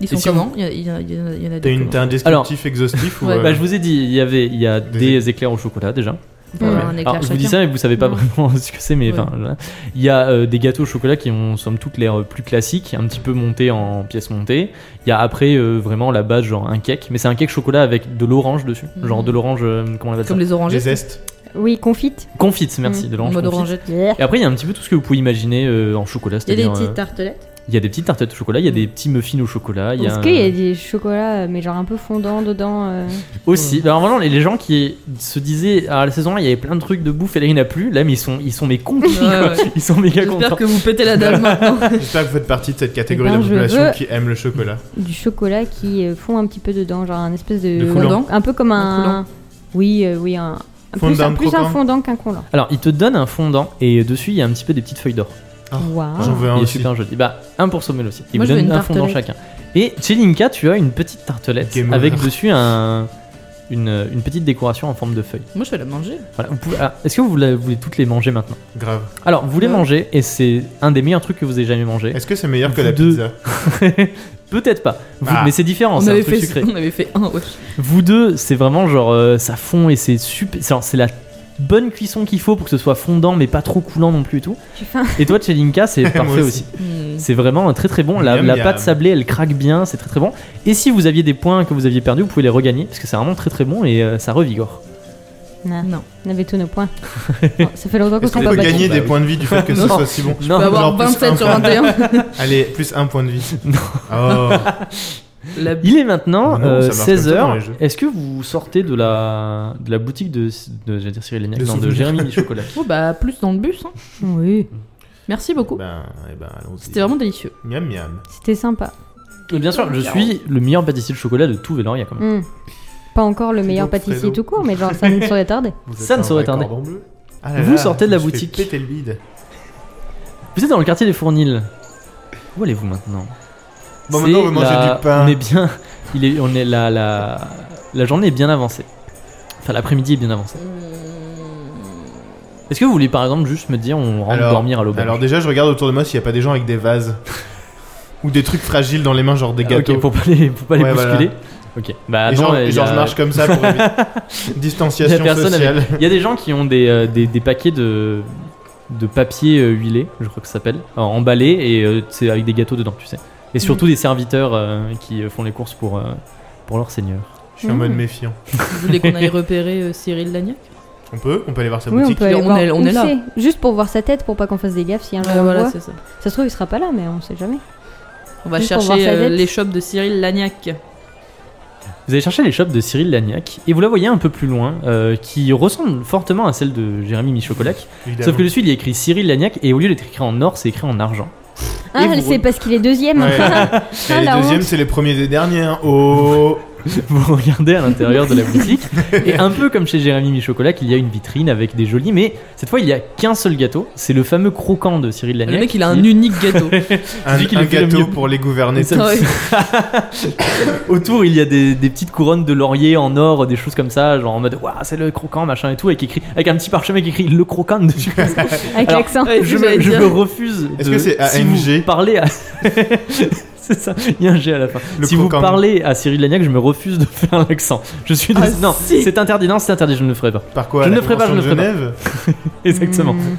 D: Ils sont
A: Et si
D: comment Il y a- il y a- il y en a- il y en
B: T'as
D: a deux.
B: une-
D: comment
B: t'as un descriptif exhaustif ou
D: Ouais.
B: euh,
A: Bah, je vous ai dit, il y avait il y a
B: Des
A: des éclairs au chocolat déjà.
D: On a
C: Ouais.
D: un
A: Alors,
D: éclair
A: je vous dis
D: chacun.
A: ça, mais vous savez pas
D: Non.
A: vraiment ce que c'est, mais
D: Ouais.
A: enfin, voilà. il y a euh, des gâteaux au chocolat qui ont, somme toute, l'air euh, plus classiques, un petit peu montés en pièces montées. Il y a après euh, vraiment la base, genre un cake, mais c'est un cake chocolat avec de l'orange dessus,
D: Mhm.
A: genre de l'orange, euh, comment on appelle
D: Comme les
B: des
D: orangettes.
B: zestes
C: Oui, confite.
A: ça Confite, merci, de
D: En
A: l'orange
D: mode
A: confite.
D: orangette.
C: Yeah.
A: Et après, il y a un petit peu tout ce que vous pouvez imaginer euh, en chocolat,
D: Il y a
A: c'est-à-dire.
D: des
A: euh,
D: petites Mm. tartelettes.
A: il y a des petites tartelettes au chocolat, il y a des petits muffins au chocolat, il y a.
C: Est-ce qu'il y a des chocolats, euh, mais genre un peu fondant dedans euh,
A: Aussi. Alors vraiment, les- les gens qui se disaient ah, à la saison 1, il y avait plein de trucs de bouffe et là il n'y en a plus, là mais ils sont, ils sont mais conquis quoi.
D: Ouais, ouais.
A: Ils sont méga
D: J'espère
A: contents.
D: que vous pétez la dalle maintenant.
B: J'espère que vous faites partie de cette catégorie
C: Eh ben,
B: de la
C: je
B: population
C: veux-
B: qui aime le chocolat.
C: Du chocolat qui euh, fond un petit peu dedans, genre un espèce de.
B: De coulant.
C: Un peu comme
D: Un
C: un. oui, euh, oui, un. un Plus,
B: Fondant
C: un, plus un
B: croquant.
C: fondant qu'un coulant.
A: Alors il te donne un fondant et dessus il y a un petit peu des petites feuilles d'or.
B: Ah,
C: Waouh.
B: J'en veux un
A: Il est
B: aussi.
A: super joli. Bah un pour Sommel aussi. Il
D: Moi,
A: vous
D: je veux
A: donne
D: une
A: un fondant
D: tartelette.
A: chacun. Et chez Linka tu as une petite tartelette
B: Game
A: avec
B: over.
A: dessus un, une, une petite décoration en forme de feuille.
D: Moi, je vais la manger.
A: Voilà. Vous pouvez- ah, Est-ce que vous la- vous voulez toutes les manger maintenant
B: Grave.
A: Alors vous les
D: Ouais.
A: mangez et c'est un des meilleurs trucs que vous ayez jamais mangé.
B: Est-ce que c'est meilleur que la
A: Vous deux.
B: pizza
A: Peut-être pas. Vous-
B: Ah.
A: Mais c'est différent.
D: on,
A: Oh, C'est un
D: avait
A: truc
D: fait,
A: sucré.
D: on avait fait un, ouais.
A: Vous deux, c'est vraiment genre euh, ça fond et c'est super. c'est- alors, C'est la bonne cuisson qu'il faut pour que ce soit fondant mais pas trop coulant non plus et tout.
C: J'ai faim.
A: Et toi, chez Linka, c'est parfait aussi.
B: aussi.
D: Hmm.
A: C'est vraiment euh, très très bon. La,
B: Miam,
A: la
B: miam.
A: pâte sablée, elle craque bien, c'est très très bon. Et si vous aviez des points que vous aviez perdus, vous pouvez les regagner parce que c'est vraiment très très bon et euh, ça revigore.
C: Nah,
D: Non.
C: on avait tous nos points. Bon, ça fait longtemps qu'on
B: Est-ce qu'on
C: s'en
B: peut
C: bat
B: gagner
A: Bah
B: des
A: oui.
B: points de vie du fait que ce
D: Non.
B: soit si bon
D: On
A: Non,
D: va avoir
B: genre plus
D: 27 sur
B: un.
D: 21.
B: Allez, plus un point de vie.
A: Non.
B: Oh.
D: La
A: il est maintenant
B: Non, ça marche comme ça dans les
A: 16h.
B: jeux.
A: Est-ce que vous sortez de la, de la boutique de, de, j'allais dire Cyril Lignac,
B: De
A: non, de
B: souvenirs.
A: Jérémy Chocolat
D: Oh, bah, plus dans le bus. hein.
C: Oui,
D: Merci beaucoup.
B: Ben, eh ben, allons-y.
D: C'était vraiment délicieux.
B: Miam miam.
C: c'était sympa.
A: Bien sûr, je suis le meilleur pâtissier de chocolat de tout Véloria quand même.
C: Hmm. Pas encore le meilleur
B: donc,
C: pâtissier
B: Fredo.
C: tout court, mais genre ça ne saurait tarder.
B: Vous
A: Ça
B: êtes
A: ne
B: un
A: saurait
B: vrai
A: tarder.
B: cordon bleu. Ah
A: Vous sortez de la
B: je me suis
A: boutique.
B: fait péter le bide.
A: Vous êtes dans le quartier des Fournils. Où allez-vous maintenant
B: Bon,
A: C'est
B: maintenant, on va manger
A: la-
B: du pain.
A: On est bien. Il est, on est la, la, la journée est bien avancée. Enfin, l'après-midi est bien avancée. Est-ce que vous voulez par exemple juste me dire on rentre
B: Alors-
A: dormir à l'auberge
B: Alors déjà, je regarde autour de moi s'il n'y a pas des gens avec des vases. ou des trucs fragiles dans les mains, genre des gâteaux.
A: Ah, Ok, pour pas les, pour pas les
B: Ouais, voilà.
A: bousculer. Ok. Bah
B: Et
A: non,
B: genre,
A: il y a-
B: et genre, je marche comme ça pour éviter-
A: il y a
B: distanciation
A: personne
B: sociale.
A: avec- Il y a des gens qui ont des, euh, des, des paquets de de papier euh, huilé, je crois que ça s'appelle, euh, emballé et euh, c'est avec des gâteaux dedans, tu sais. Et
B: Mm.
A: surtout des serviteurs euh, qui euh, font les courses pour euh, pour leur seigneur.
B: Je suis en mode
C: Mmh.
B: méfiant.
D: Vous voulez qu'on aille repérer euh, Cyril Lagnac
B: On peut On peut aller voir sa
C: Oui, on
B: boutique
C: peut aller
D: On
C: voir
D: est- on
C: où
D: est là.
C: c'est, Juste pour voir sa tête, pour pas qu'on fasse des gaffes si un jour
D: Ouais,
C: on le
D: Euh, Voilà,
C: voit.
D: c'est ça.
C: Ça se trouve, il sera pas là, mais on sait jamais.
D: On va
C: Juste pour voir
D: chercher
C: sa
D: euh,
C: tête.
D: les shops de Cyril Lagnac.
A: Vous allez chercher les shops de Cyril Lagnac et vous la voyez un peu plus loin, euh, qui ressemble fortement à celle de Jérémy Michocolac.
B: évidemment.
A: Sauf que dessus, il y a écrit Cyril Lagnac et au lieu d'être écrit en or, c'est écrit en argent.
C: Ah,
A: vous-
C: c'est parce qu'il est deuxième.
B: Ouais.
C: Ah,
B: Et les
C: la
B: deuxièmes,
C: honte.
B: c'est les premiers des derniers. hein. Oh
A: Vous regardez à l'intérieur de la boutique et un peu comme chez Jérémy Michocolac, il y a une vitrine avec des jolis, mais cette fois, il y a qu'un seul gâteau. C'est le fameux croquant de Cyril Lagnac.
D: Le mec, il a
A: qui-
D: un unique gâteau.
B: Un,
A: dis qu'il
B: un
A: a fait le
B: gâteau
A: mieux.
B: pour les gouverner.
A: Ça-
D: Ouais.
A: Autour, il y a des, des petites couronnes de laurier en or, des choses comme ça, genre en mode Waouh, c'est le croquant, machin et tout, avec, écrit, avec un petit parchemin qui écrit le croquant dessus.
C: Avec
A: Alors, euh,
C: l'accent.
D: Ouais,
A: je,
D: j'allais
A: me, je
D: dire.
A: me refuse.
B: Est-ce
A: de-
B: que c'est
A: si
B: ANG?
A: vous parlez à. c'est ça, il y a un G à la fin.
B: Le
A: si vous
B: croquant.
A: parlez à Cyril Lagnac, je me refuse de faire l'accent. Je suis. désolé.
D: Ah,
A: non,
D: si.
A: c'est interdit, non, c'est interdit, je ne le ferai pas.
B: Par quoi
A: Je
B: la
A: ne ferai pas,
B: Convention
A: je ne
B: de
A: ferai
B: Genève
A: Exactement.
C: Hmm,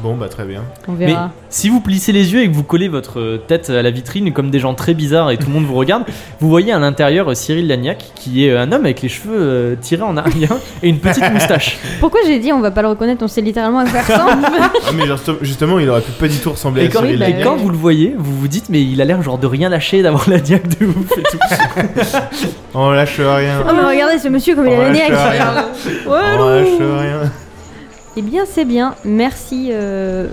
B: Bon, bah très bien.
C: on
A: Mais
C: verra.
A: si vous plissez les yeux et que vous collez votre euh, tête à la vitrine comme des gens très bizarres et tout le monde vous regarde, vous voyez à l'intérieur euh, Cyril Lagnac qui est euh, un homme avec les cheveux euh, tirés en arrière et une petite moustache.
C: Pourquoi j'ai dit on va pas le reconnaître On sait littéralement à quoi il ressemble.
B: Ah, mais genre, justement, il aurait pu pas du tout ressembler
A: Et
B: à
A: quand,
B: Cyril
A: et
C: Lagnac.
A: quand vous le voyez, vous vous dites mais il a l'air genre de rien lâcher, d'avoir la diac de ouf et tout.
B: On lâche rien.
C: Oh, mais regardez ce monsieur comme il
B: On
C: a la
B: lâche
C: niaque.
B: rien. On lâche
C: Walou.
B: rien.
C: Eh bien, c'est bien. Merci, euh,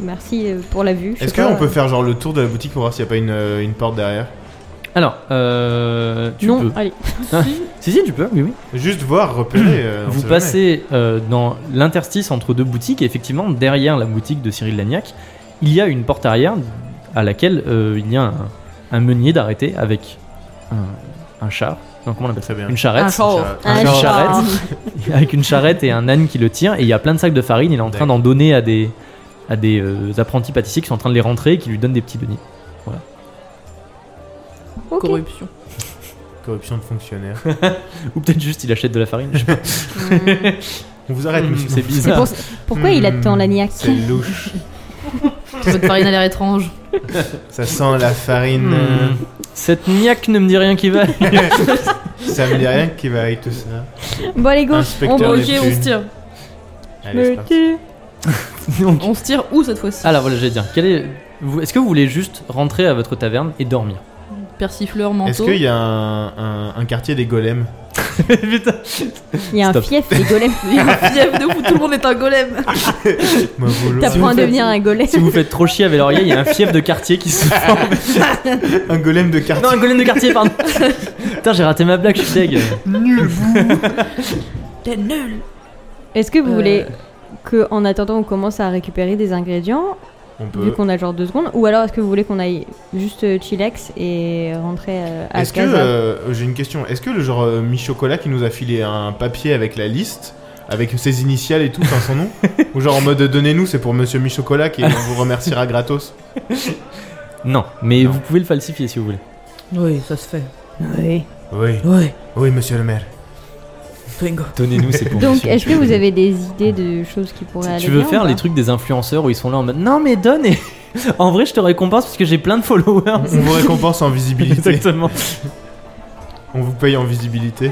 C: merci euh, pour la vue. Je
B: Est-ce
C: sais pas,
B: qu'on peut
C: euh,
B: faire genre le tour de la boutique pour voir s'il n'y a pas une, euh, une porte derrière
A: Alors, euh, tu
C: Non,
A: peux.
C: allez.
A: Si si, tu peux. Oui oui.
B: Juste voir, repérer. euh, on
A: vous
B: sait jamais.
A: passez euh, dans l'interstice entre deux boutiques et effectivement derrière la boutique de Cyril Lagnac, il y a une porte arrière à laquelle euh, il y a un, un meunier d'arrêté avec un, un char. Non, comment on appelle ça
B: Très bien.
A: Une charrette.
D: Un char. Oh.
C: Un
A: Une
C: char.
A: charrette. avec une charrette et un âne qui le tire et il y a plein de sacs de farine. Il est en train d'en donner à des, à des euh, apprentis pâtissiers qui sont en train de les rentrer et qui lui donnent des petits deniers.
C: Ok.
D: Corruption.
B: Corruption de fonctionnaire.
A: Ou peut-être juste il achète de la farine. je sais pas.
C: Hmm.
B: On vous arrête,
A: Hmm,
B: monsieur.
A: c'est
C: Et
A: bizarre.
C: pour- Pourquoi il attend la niaque
B: C'est louche.
D: Votre farine a l'air étrange.
B: Ça sent la farine. euh,
A: Hmm. Cette niaque ne me dit rien qui va.
B: Ça me dit rien qui va avec tout ça.
C: Bon, allez, go.
B: Inspecteur
C: On
D: Bon,
C: va-
D: ok,
B: Neptune.
D: on se tire.
B: Allez, c'est parti.
A: Donc,
D: On se tire où cette fois-ci
A: Alors voilà, j'allais dire, quel est... vous- est-ce que vous voulez juste rentrer à votre taverne et dormir
D: Persifleur,
B: Est-ce
D: manteau.
B: qu'il y a un, un- un quartier des golems
A: Putain.
C: Il y a un
A: Stop.
C: fief, les golems.
D: Il y a un fief de ouf, tout le monde est un golem.
B: Moi, vous le-
C: T'apprends à
A: faites-
C: devenir un golem.
A: Si vous faites trop chier avec l'oreiller, il y a un fief de quartier qui se forme.
B: Un golem de
A: Non,
B: quartier.
A: un golem de quartier, pardon. Putain, j'ai raté ma blague, je suis deg.
D: T'es nul.
C: Est-ce que vous
D: Euh.
C: voulez que, en attendant, on commence à récupérer des ingrédients,
B: On
C: vu
B: peut.
C: qu'on a genre deux secondes, ou alors est-ce que vous voulez qu'on aille juste euh, chillax et rentrer euh, à
B: Est-ce que
C: casa
B: euh, j'ai une question Est-ce que le genre euh, Michocolat qui nous a filé un papier avec la liste, avec ses initiales et tout, enfin son nom, ou genre en mode donnez-nous, c'est pour Monsieur Michocolat qui vous remerciera gratos
A: Non, mais
B: Non.
A: vous pouvez le falsifier si vous voulez.
D: Oui, ça se fait.
C: Oui.
B: Oui,
D: Oui,
B: oui, Monsieur le Maire.
D: bingo.
A: Donnez-nous, c'est pour
C: Donc, est-ce que vous avez des idées de choses qui pourraient aller
A: tu veux
C: bien,
A: faire
C: ou
A: les
C: pas
A: trucs des influenceurs où ils sont là en mode non mais donne et en vrai je te récompense parce que j'ai plein de followers.
B: On vous récompense en visibilité.
A: Exactement.
B: On vous paye en visibilité.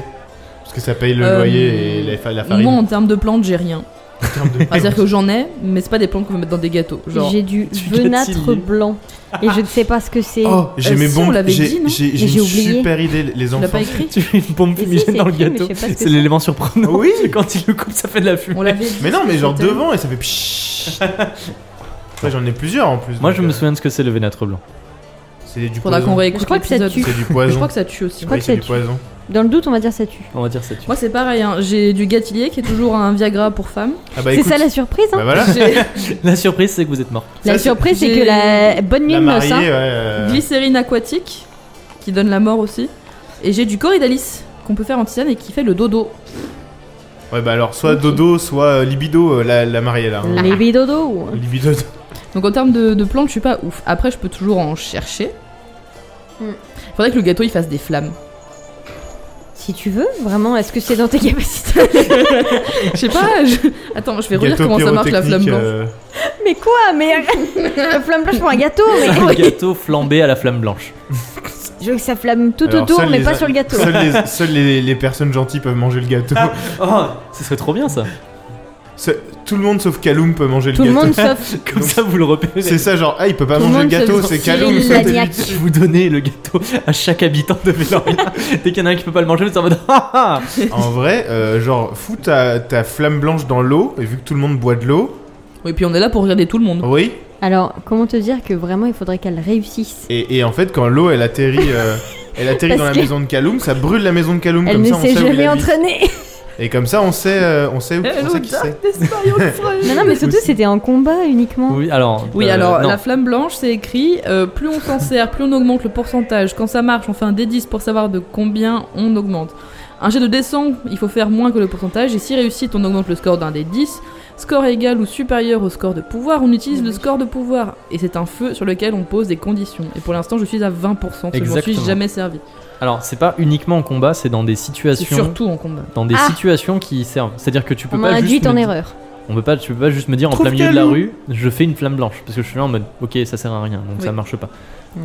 B: Parce que ça paye le
D: Euh,
B: loyer et la, fa- la
D: Moi, en
B: farine.
D: termes de plantes, j'ai rien.
B: En termes de-
D: Ah, C'est-à-dire que j'en ai, mais c'est pas des plantes qu'on veut mettre dans des gâteaux. Genre,
C: J'ai du
A: du
C: venâtre
A: gâtillier.
C: blanc et je ne sais pas ce que c'est.
B: Oh, j'ai
D: Euh,
B: mes
D: si, on
B: bombes.
D: l'avait dit,
B: J'ai
D: non
B: j'ai-
C: Mais
B: j'ai
C: j'ai
B: une
C: oublié.
B: super idée, les- les
D: tu l'as
B: enfants.
D: pas écrit
A: tu fais une bombe
C: Et si,
A: fumigène
C: c'est
A: dans le
C: écrit, mais je
A: gâteau.
C: sais pas ce que
A: C'est
C: c'est.
A: l'élément surprenant.
B: Oui.
A: Quand il le coupe, ça fait de la fumée.
D: On l'avait dit.
B: Mais non, mais genre
D: C'était-
B: devant et ça fait pshhh. Ouais, j'en ai plusieurs en plus.
A: Moi
B: donc,
A: je me
B: euh,
A: souviens de ce que c'est le vénâtre blanc.
B: C'est du
D: Faudra qu'on
B: poison.
D: réécoute
C: Je crois que ça
D: l'épisode.
C: tue.
B: Euh, C'est du
D: Je
B: poison.
D: crois que ça tue aussi.
C: Je crois
B: Oui,
C: que
B: c'est
C: ça
B: du
C: tue.
B: poison.
C: Dans le doute, on va dire ça tue.
A: On va dire ça. tu-
D: Moi, c'est pareil. hein. J'ai du gâtillier qui est toujours un Viagra pour femmes.
B: Ah bah
C: c'est
B: écoute.
C: ça la surprise. hein
B: Bah voilà.
D: J'ai
A: La surprise c'est que vous êtes mort.
C: la
B: Ça, c'est-
C: surprise, c'est
D: j'ai-
C: que la bonne nuit,
B: La
C: meuf.
B: mariée,
C: hein.
B: ouais. euh,
D: glycérine aquatique qui donne la mort aussi. Et j'ai du corydalis qu'on peut faire en tisane et qui fait le dodo.
B: Ouais, bah alors, soit dodo, soit euh, libido, euh, la, la mariée là. hein.
C: Les bidodos.
B: Libido.
D: Donc en termes de, de plantes, je suis pas ouf. Après, je peux toujours en chercher.
C: Mm.
D: Faudrait que le gâteau il fasse des flammes.
C: Si tu veux, vraiment, est-ce que c'est dans tes capacités
D: Je sais pas. je- Attends, je vais relire comment ça marche la flamme
B: pyrotechnique,
D: blanche.
B: euh,
C: Mais quoi Mais arrête La flamme blanche pour un gâteau mais...
A: Le gâteau flambé à la flamme blanche.
C: Je veux que ça flamme tout
B: alors,
C: autour,
B: seuls
C: mais
B: les-
C: pas sur le gâteau.
B: Seules les, seules les- les personnes gentilles peuvent manger le gâteau.
A: Oh, ce serait trop bien ça.
B: Se- Tout le monde sauf Kaloum peut manger
C: Tout
B: le
C: le
B: gâteau.
C: monde sauf
A: Comme ça, vous le repérez.
B: C'est ça, genre, ah, il peut pas
D: Tout le
B: manger le
D: monde
B: gâteau,
D: se
B: c'est
D: fait
B: Kaloum.
C: filer
B: sauf-
C: la niaque.
A: Je vous donnais le gâteau à chaque habitant de Véloria. Dès qu'il y en a un qui peut pas le manger, vous êtes en mode Ah, ah
B: En vrai, euh, genre, fous ta, ta flamme blanche dans l'eau, et vu que tout le monde boit de l'eau,
D: Oui, puis on est là pour regarder tout le monde.
B: oui.
C: Alors, comment te dire que vraiment il faudrait qu'elle réussisse
B: Et, et en fait, quand l'eau, elle atterrit. euh, Elle atterrit dans la
C: Parce que-
B: maison de Kaloum, ça brûle la maison de Kaloum,
C: Elle
B: comme
C: ne
B: ça on
C: s'est
B: sait où il
C: jamais
B: habite.
C: entraînée
B: Et comme ça on sait, euh, on sait, où, on sait qui c'est.
C: Non, non, mais surtout c'était en combat uniquement.
A: Oui, alors.
D: Oui,
A: euh,
D: alors
A: non.
D: la flamme blanche, c'est écrit euh, plus on s'en sert, plus on augmente le pourcentage. Quand ça marche, on fait un D10 pour savoir de combien on augmente. Un jet de descente, il faut faire moins que le pourcentage, et si réussite, on augmente le score d'un D10. Score égal ou supérieur au score de pouvoir, on utilise le score de pouvoir. Et c'est un feu sur lequel on pose des conditions. Et pour l'instant, je suis à 20%, je m'en suis
A: Exactement.
D: jamais servi.
A: Alors, c'est pas uniquement en combat, c'est dans des
D: C'est
A: situations.
D: surtout en combat.
A: Dans des
C: Ah.
A: situations qui servent. C'est-à-dire que tu peux
C: On m'a
A: pas juste.
C: induit en
A: me-
C: erreur.
A: On peut pas, tu peux pas juste me dire en
B: Trouve
A: plein milieu de la
B: Calou.
A: rue, je fais une flamme blanche, parce que je suis là en mode, ok, ça sert à rien, donc
D: Oui.
A: ça marche pas.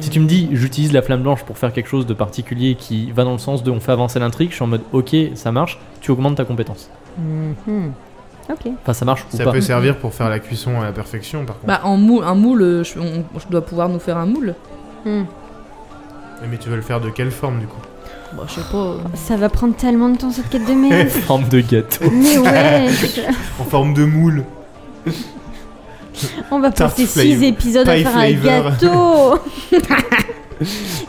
A: Si tu me dis, j'utilise la flamme blanche pour faire quelque chose de particulier qui va dans le sens de, on fait avancer l'intrigue, je suis en mode, ok, ça marche, tu augmentes ta compétence.
B: Mm-hmm.
C: Mhm. Ok.
A: Enfin, ça marche ou
B: Ça
A: pas.
B: peut servir pour faire la cuisson à la perfection, par contre.
D: Bah, en moule, un moule, je, on- je dois pouvoir nous faire un moule.
C: Mhm.
B: Mm. Mais tu veux le faire de quelle forme du coup
D: Bah, je sais pas. euh,
C: Ça va prendre tellement de temps cette quête de merde.
A: Forme de gâteau.
C: Mais ouais,
B: En forme de moule.
C: on va
B: Tarte
C: passer
B: flavor.
C: 6 épisodes à
B: Pie
C: faire un
B: flavor.
C: gâteau.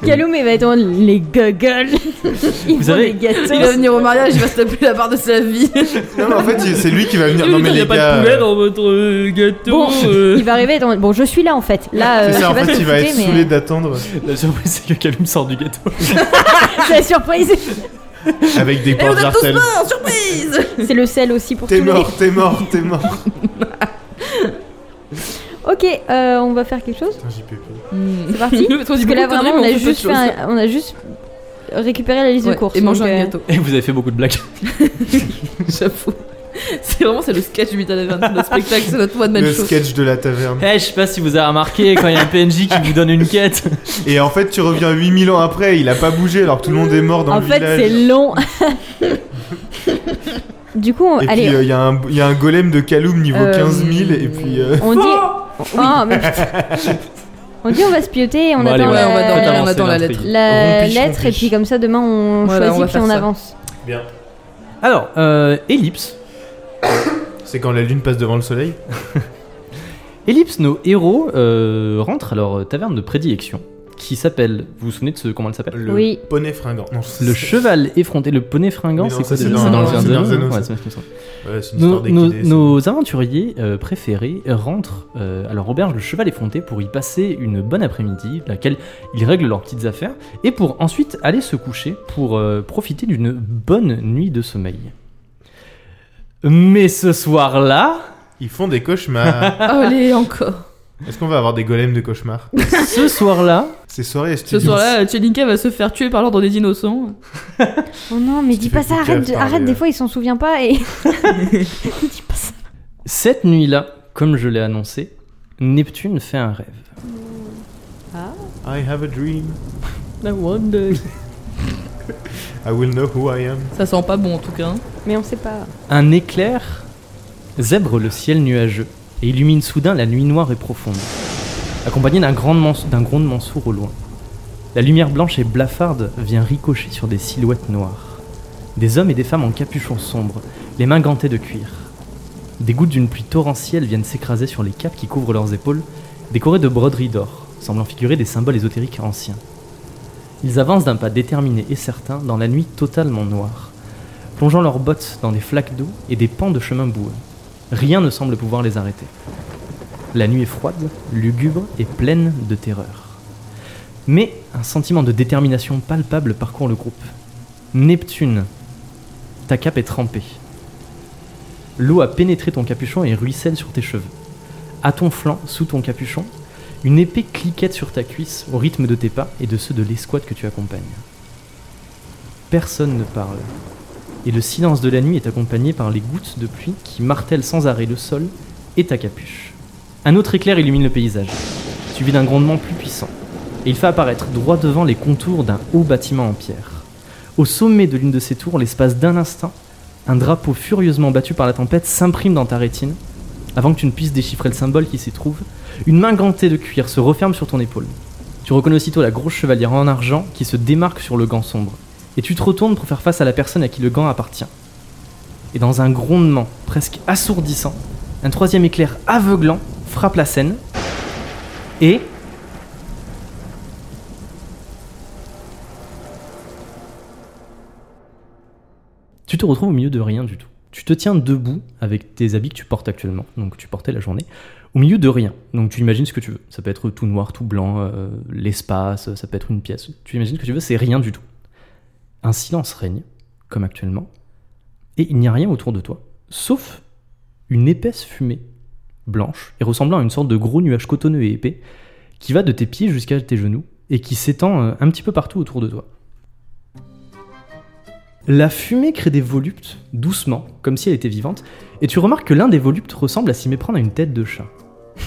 C: Galou, mais va être en les gogoles. Ils
A: Vous
C: font
A: savez-
C: des gâteaux.
D: Il va venir au mariage, il va se taper la part de sa vie.
B: Non, mais en fait, c'est lui qui va venir. Non, mais les gars. euh,
D: dans votre gâteau.
C: Bon,
D: euh.
C: il va arriver. dans- Bon, je suis là en fait. Là, euh,
B: C'est
C: je sais
B: ça, en
C: pas
B: fait,
C: si
B: il
C: vous
B: va être
C: écoutez, mais,
B: saoulé d'attendre
A: La surprise, c'est que Calum sort du gâteau.
C: euh, C'est la surprise.
B: avec des
D: Et on
B: portes
D: a tous
B: d'artel.
D: mort, Ah, surprise
C: C'est le sel aussi pour
B: T'es
C: tous les-
B: mort, t'es mort, t'es mort.
C: Ok, euh, on va faire quelque chose.
B: Putain, j'y peux plus.
D: C'est
C: parti
D: Hmm. Parce
C: Parce que là, vraiment, on a juste, fait un- on a juste récupéré la liste de courses.
D: Et manger
C: donc,
D: un
C: euh,
D: gâteau,
A: Et vous avez fait beaucoup de blagues.
D: j'avoue. C'est vraiment c'est le sketch du Metal Event, le spectacle, c'est notre one-man
B: Le
D: show.
B: sketch de la taverne.
A: Eh, je sais pas si vous avez remarqué quand il y a un PNJ qui vous donne une quête.
B: Et en fait, tu reviens 8000 ans après, il a pas bougé alors que tout le monde est mort dans
C: En
B: le
C: fait,
B: village.
C: c'est long. du coup, on-
B: Et
C: allez,
B: puis, euh, il y, a un- y a un golem de Kaloum niveau
C: Euh,
B: 15 000, et puis. euh,
C: on dit. Oh, mais putain. On dit on va se pioter et on
A: Bon, allez,
C: attend,
A: ouais,
C: la...
D: on va dormir,
A: Faites
D: on
A: avancer
D: attend la
A: l'intrigue.
D: lettre.
C: la
B: Rompiche,
C: lettre
B: rompiche.
C: et puis comme ça demain on
D: Voilà, on va
C: choisit puis
D: faire
C: on
D: ça.
C: avance.
B: Bien.
A: Alors, euh, Ellipse.
B: C'est quand la lune passe devant le soleil
A: Ellipse, nos héros euh, rentrent à leur taverne de prédilection qui s'appelle, vous vous souvenez de ce, comment elle s'appelle
B: Le
C: Oui.
B: poney fringant. Non, c'est-
A: Le cheval effronté, le poney fringant,
B: Mais non,
A: c'est
B: ça,
A: quoi
B: c'est
A: déjà
D: dans-
A: le
D: c'est
A: Seigneur des
B: dans
A: Anneaux
B: Anneaux,
A: Ouais,
B: ça.
A: c'est ce que je pense.
B: Ouais, c'est une
A: Nos,
B: histoire
A: nos-
B: d'équidés, c'est-
A: nos aventuriers euh, préférés rentrent euh, à leur auberge Le Cheval Effronté pour y passer une bonne après-midi, laquelle ils règlent leurs petites affaires, et pour ensuite aller se coucher pour euh, profiter d'une bonne nuit de sommeil. Mais ce soir-là,
B: Ils font des cauchemars.
D: Ah, Allez, encore.
B: Est-ce qu'on va avoir des golems de cauchemars
A: ce soir-là,
B: Ces soirées
D: Ce
B: studio.
D: soir-là, Chelinka va se faire tuer par l'ordre des innocents.
C: Oh non mais
B: Tu
C: dis
B: fais
C: pas ça,
B: piquer
C: arrête, de-
B: par les-
C: arrête des fois il s'en souvient pas et dis pas ça.
A: cette nuit-là, comme je l'ai annoncé, Neptune fait un rêve.
B: I have a dream.
A: Un
B: I will know who I am.
D: Ça sent pas bon en tout cas. hein.
C: Mais on sait pas.
A: éclair zèbre le ciel nuageux et illumine soudain la nuit noire et profonde, accompagné d'un grondement d'un grondement sourd au loin. La lumière blanche et blafarde vient ricocher sur des silhouettes noires. Des hommes et des femmes en capuchons sombres, les mains gantées de cuir. Des gouttes d'une pluie torrentielle viennent s'écraser sur les capes qui couvrent leurs épaules, décorées de broderies d'or, semblant figurer des symboles ésotériques anciens. Ils avancent d'un pas déterminé et certain dans la nuit totalement noire, plongeant leurs bottes dans des flaques d'eau et des pans de chemin boueux. Rien ne semble pouvoir les arrêter. La nuit est froide, lugubre et pleine de terreur. Mais un sentiment de détermination palpable parcourt le groupe. Neptune, ta cape est trempée. L'eau a pénétré ton capuchon et ruisselle sur tes cheveux. À ton flanc, sous ton capuchon, Une épée cliquette sur ta cuisse au rythme de tes pas et de ceux de l'escouade que tu accompagnes. Personne ne parle. Et le silence de la nuit est accompagné par les gouttes de pluie qui martèlent sans arrêt le sol et ta capuche. Un autre éclair illumine le paysage, suivi d'un grondement plus puissant. Et il fait apparaître droit devant les contours d'un haut bâtiment en pierre. Au sommet de l'une de ces tours, l'espace d'un instant, un drapeau furieusement battu par la tempête s'imprime dans ta rétine, avant que tu ne puisses déchiffrer le symbole qui s'y trouve. Une main gantée de cuir se referme sur ton épaule. Tu reconnais aussitôt la grosse chevalière en argent qui se démarque sur le gant sombre. Et tu te retournes pour faire face à la personne à qui le gant appartient. Et dans un grondement presque assourdissant, un troisième éclair aveuglant frappe la scène. Et... Tu te retrouves au milieu de rien du tout. Tu te tiens debout avec tes habits que tu portes actuellement, donc que tu portais la journée, au milieu de rien. Donc tu imagines ce que tu veux. Ça peut être tout noir, tout blanc, euh, l'espace, ça peut être une pièce. Tu imagines ce que tu veux, c'est rien du tout. Un silence règne, comme actuellement, et il n'y a rien autour de toi, sauf une épaisse fumée, blanche, et ressemblant à une sorte de gros nuage cotonneux et épais, qui va de tes pieds jusqu'à tes genoux, et qui s'étend euh, un petit peu partout autour de toi. La fumée crée des voluptes, doucement, comme si elle était vivante, et tu remarques que l'un des voluptes ressemble à s'y méprendre à une tête de chat.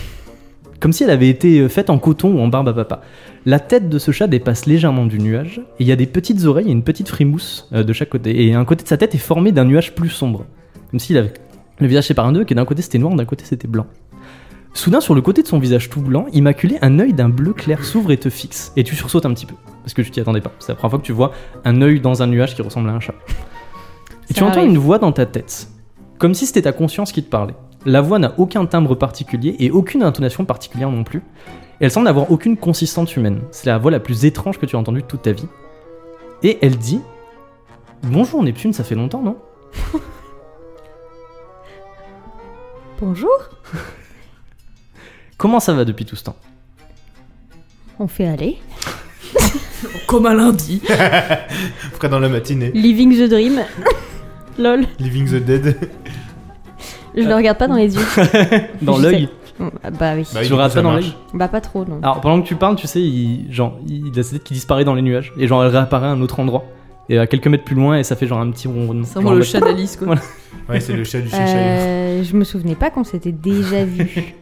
A: Comme si elle avait été euh, faite en coton ou en barbe à papa. La tête de ce chat dépasse légèrement du nuage, et il y a des petites oreilles et une petite frimousse euh, de chaque côté. Et un côté de sa tête est formé d'un nuage plus sombre. Comme s'il avait le visage séparé en deux, que d'un côté c'était noir, d'un côté c'était blanc. Soudain, sur le côté de son visage tout blanc, immaculé, un œil d'un bleu clair s'ouvre et te fixe. Et tu sursautes un petit peu, parce que tu t'y attendais pas. C'est la première fois que tu vois un œil dans un nuage qui ressemble à un chat. Et
C: Ça
A: tu entends
C: arrive.
A: une voix dans ta tête, comme si c'était ta conscience qui te parlait. La voix n'a aucun timbre particulier et aucune intonation particulière non plus. Et elle semble n'avoir aucune consistance humaine. C'est la voix la plus étrange que tu as entendue de toute ta vie. Et elle dit Bonjour Neptune, ça fait longtemps, non
C: Bonjour,
A: Comment ça va depuis tout ce temps
C: on fait aller.
D: Comme à lundi.
B: Fred dans la matinée.
C: Living the dream. Lol,
B: Living the Dead.
C: je le regarde pas dans les yeux.
A: Dans
C: Je
A: l'œil
C: Mm, ah Bah
B: Bah,
C: oui.
A: Tu
B: oui,
A: le
B: du coup,
A: regardes
B: ça
A: pas dans
B: marche.
A: l'œil
C: Bah pas trop, non.
A: Alors pendant que tu parles, tu sais, il, genre, il a cette tête qui disparaît dans les nuages et genre elle réapparaît à un autre endroit. Et à quelques mètres plus loin, et ça fait genre un petit ronron.
D: C'est vraiment le chat d'Alice quoi.
A: Voilà.
B: Ouais, c'est le chat du Cheshire.
C: Euh, je me souvenais pas qu'on s'était déjà vu.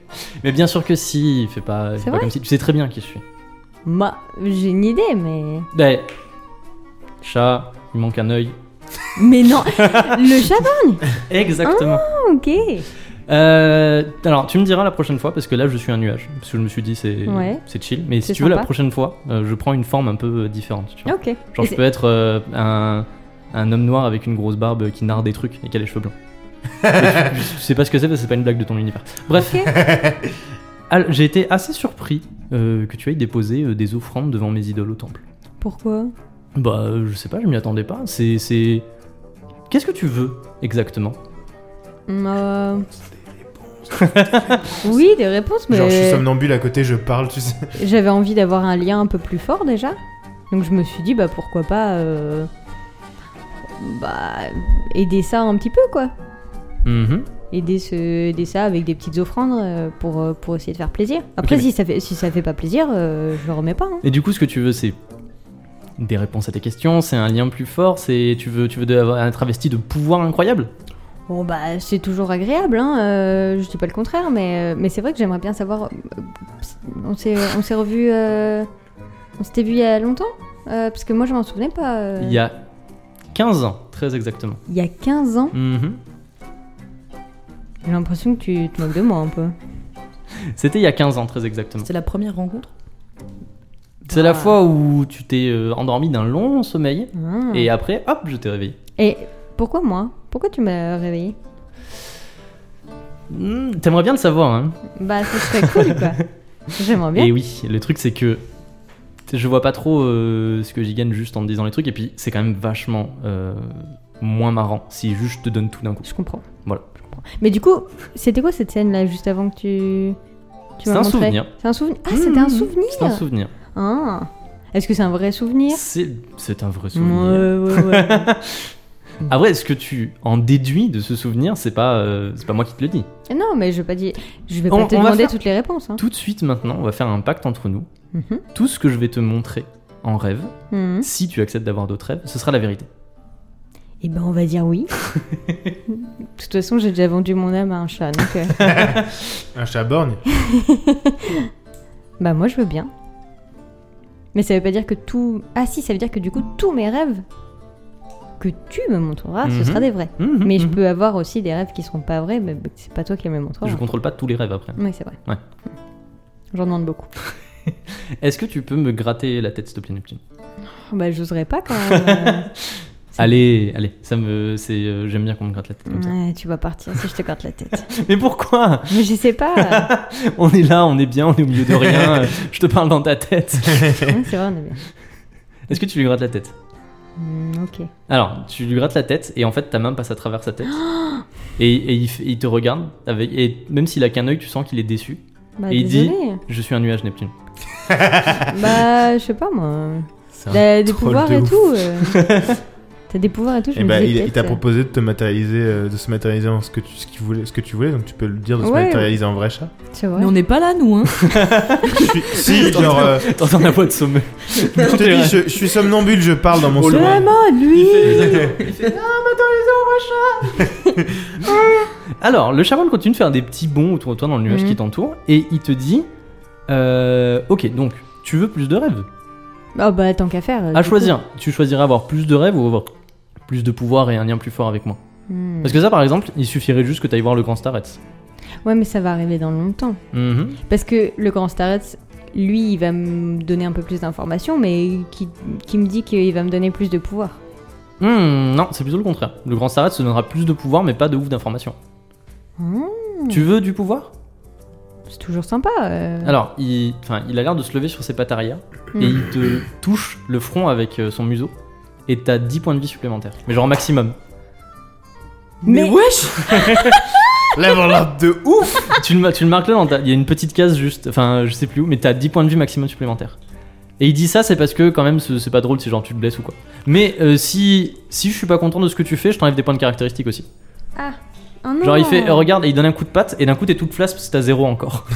A: Mais bien sûr que si, il fait pas, il fait
C: C'est
A: pas
C: vrai
A: comme si. Tu sais très bien qui je suis.
C: Moi, j'ai une idée, mais.
A: Ben, chat, il manque un œil.
C: Mais non Le chat,
A: Exactement.
C: ok
A: Euh, alors, tu me diras la prochaine fois, parce que là, je suis un nuage. Parce que je me suis dit, c'est
C: Ouais.
A: c'est chill. Mais si
C: C'est
A: tu veux, la
C: sympa.
A: prochaine fois, euh, je prends une forme un peu euh, différente. Tu vois.
C: Ok.
A: Genre,
C: Et
A: je
C: c'est-
A: peux être euh, un, un homme noir avec une grosse barbe qui narre des trucs et qui a les cheveux blancs. Mais tu, tu sais pas ce que c'est, parce que c'est pas une blague de ton univers. Bref. Al- J'ai été assez surpris euh, que tu ailles déposer euh, des offrandes devant mes idoles au temple.
C: Pourquoi
A: Bah, euh, je sais pas, je m'y attendais pas. C'est. c'est- Qu'est-ce que tu veux exactement
C: Mm, euh, Oui, des réponses,
B: Genre, je suis
C: mais
B: somnambule à côté, je parle, tu sais.
C: j'avais envie d'avoir un lien un peu plus fort déjà. Donc je me suis dit, bah pourquoi pas. euh, Bah. Aider ça un petit peu, quoi.
A: Mhm.
C: Aider, ce... aider ça avec des petites offrandes euh, pour, euh, pour essayer de faire plaisir. Après,
A: mais-
C: si, ça fait... si ça fait pas plaisir, euh, je le remets pas. hein.
A: Et du coup, ce que tu veux, c'est des réponses à tes questions, c'est un lien plus fort, c'est tu veux, tu veux de- avoir un travesti de pouvoir incroyable.
C: Bon bah c'est toujours agréable, hein. euh, je dis pas le contraire, mais, euh, mais c'est vrai que j'aimerais bien savoir. euh, On s'est on s'est revu, on s'était vu il y a longtemps, euh, parce que moi je m'en souvenais pas. euh.
A: Il y a 15 ans, très exactement.
C: Il y a 15 ans,
A: Mhm.
C: j'ai l'impression que tu te moques de moi un peu.
A: C'était il y a 15 ans, très exactement.
D: C'était la première rencontre.
A: C'est la
C: Ah.
A: fois où tu t'es euh, endormi d'un long sommeil
C: Ah.
A: et après, hop, je t'ai réveillé.
C: Et pourquoi moi Pourquoi tu m'as réveillée
A: Hmm, T'aimerais bien le savoir, hein
C: Bah ça serait cool quoi. J'aimerais bien.
A: Et oui, le truc c'est que je vois pas trop euh, ce que j'y gagne juste en te disant les trucs, et puis c'est quand même vachement euh, moins marrant si juste je te donne tout d'un coup.
C: Je comprends.
A: Voilà.
C: Je comprends. Mais du coup, c'était quoi cette scène là juste avant que tu tu
A: C'est
C: m'as
A: un
C: montré
A: souvenir. Mmh, Hmm,
C: C'est un souvenir. Ah c'était un souvenir.
A: C'est un souvenir.
C: Ah. Est-ce que c'est un vrai souvenir
A: C'est c'est un vrai souvenir.
C: Ouais, ouais, ouais.
A: Après, est-ce que tu en déduis de ce souvenir C'est pas, euh, c'est pas moi qui te le dis.
C: Eh Non, mais je vais pas dire. Je vais pas
A: On-
C: te
A: on va
C: demander
A: faire-
C: toutes les réponses. hein.
A: Tout de suite maintenant, on va faire un pacte entre nous.
C: Mhm.
A: Tout ce que je vais te montrer en rêve,
C: Mhm.
A: si tu acceptes d'avoir d'autres rêves, ce sera la vérité.
C: Eh ben, on va dire oui. de toute façon, j'ai déjà vendu mon âme à un chat, donc. euh,
B: Un chat borgne
C: bah, moi, je veux bien. Mais ça veut pas dire que tout. Ah, si, ça veut dire que du coup, tous mes rêves que tu me montreras, ce
A: Mhm.
C: sera des vrais.
A: Mhm,
C: Mais je
A: mhm.
C: peux avoir aussi des rêves qui seront pas vrais, mais bah, c'est pas toi qui me les montreras.
A: Je contrôle pas tous les rêves après.
C: Oui, c'est vrai.
A: Ouais.
C: J'en demande beaucoup.
A: Est-ce que tu peux me gratter la tête, s'il te plaît, Neptune
C: Bah, j'oserais pas quand même. C'est-
A: Allez, allez, ça me, c'est, euh, j'aime bien qu'on me gratte la tête comme ça.
C: Ouais, tu vas partir si je te gratte la tête.
A: Mais pourquoi
C: Mais je sais pas.
A: On est là, on est bien, on est au milieu de rien. euh, je te parle dans ta tête.
C: Ouais, c'est vrai, on est bien.
A: Est-ce que tu lui grattes la tête
C: Hmm, ok.
A: Alors, tu lui grattes la tête et en fait ta main passe à travers sa tête. et et il, f- il te regarde avec, et même s'il a qu'un œil, tu sens qu'il est déçu.
C: Bah,
A: Et il dit-
C: désolé.
A: Je suis un nuage Neptune.
C: Bah, je sais pas moi.
B: C'est un
C: T'as des
B: troll
C: pouvoirs
B: de
C: et
B: ouf.
C: tout. euh. T'as des pouvoirs et tout. Je
B: Et
C: me
B: bah,
C: disais
B: il, il t'a
C: peut-être, euh,
B: proposé de te matérialiser, euh, de se matérialiser en ce que tu, ce qu'il voulait, ce que tu voulais, donc tu peux lui dire de se
C: Ouais.
B: matérialiser en vrai chat.
C: euh, C'est vrai.
D: Mais on n'est pas là, nous, hein.
B: Je suis- si, genre, euh,
A: T'entends la voix de sommeux.
B: je te dis, je, je suis somnambule, je parle dans mon
A: Oh là
B: sommeil.
C: Vraiment, lui.
A: Alors, le chaman continue de faire des petits bonds autour de toi dans le nuage
C: Mhm.
A: qui t'entoure et il te dit euh, Ok, donc tu veux plus de rêves
C: Oh bah, tant qu'à faire. euh,
A: À
C: du
A: choisir. Tu choisiras avoir plus de rêves ou avoir plus de pouvoir et un lien plus fort avec moi
C: coup. Hmm.
A: Parce que ça, par exemple, il suffirait juste que t'ailles voir le grand Starets.
C: Ouais, mais ça va arriver dans longtemps.
A: Mhm.
C: Parce que le grand Starrett, lui, il va me donner un peu plus d'informations, mais qui, qui me dit qu'il va me donner plus de pouvoir.
A: Hmm, non, c'est plutôt le contraire. Le grand Starets te donnera plus de pouvoir, mais pas de ouf d'informations.
C: Hmm,
A: Tu veux du pouvoir
C: c'est toujours sympa. euh.
A: Alors, il, enfin, il a l'air de se lever sur ses pattes arrière
C: Mhm.
A: et il te touche le front avec euh, son museau et t'as 10 points de vie supplémentaires. Mais genre maximum.
D: Mais,
C: Mais-
D: wesh
B: L'avant-garde de ouf
A: tu, le, ma- tu le marques là, dans ta- il y a une petite case juste, enfin je sais plus où, mais t'as 10 points de vue maximum supplémentaires. Et il dit ça, c'est parce que quand même ce- c'est pas drôle si genre tu te blesses ou quoi. Mais euh, si, si je suis pas content de ce que tu fais, je t'enlève des points de caractéristiques aussi.
C: Ah, ah non.
A: Genre il fait, euh, regarde, et il donne un coup de patte, et d'un coup t'es toute flasque parce que t'as zéro encore.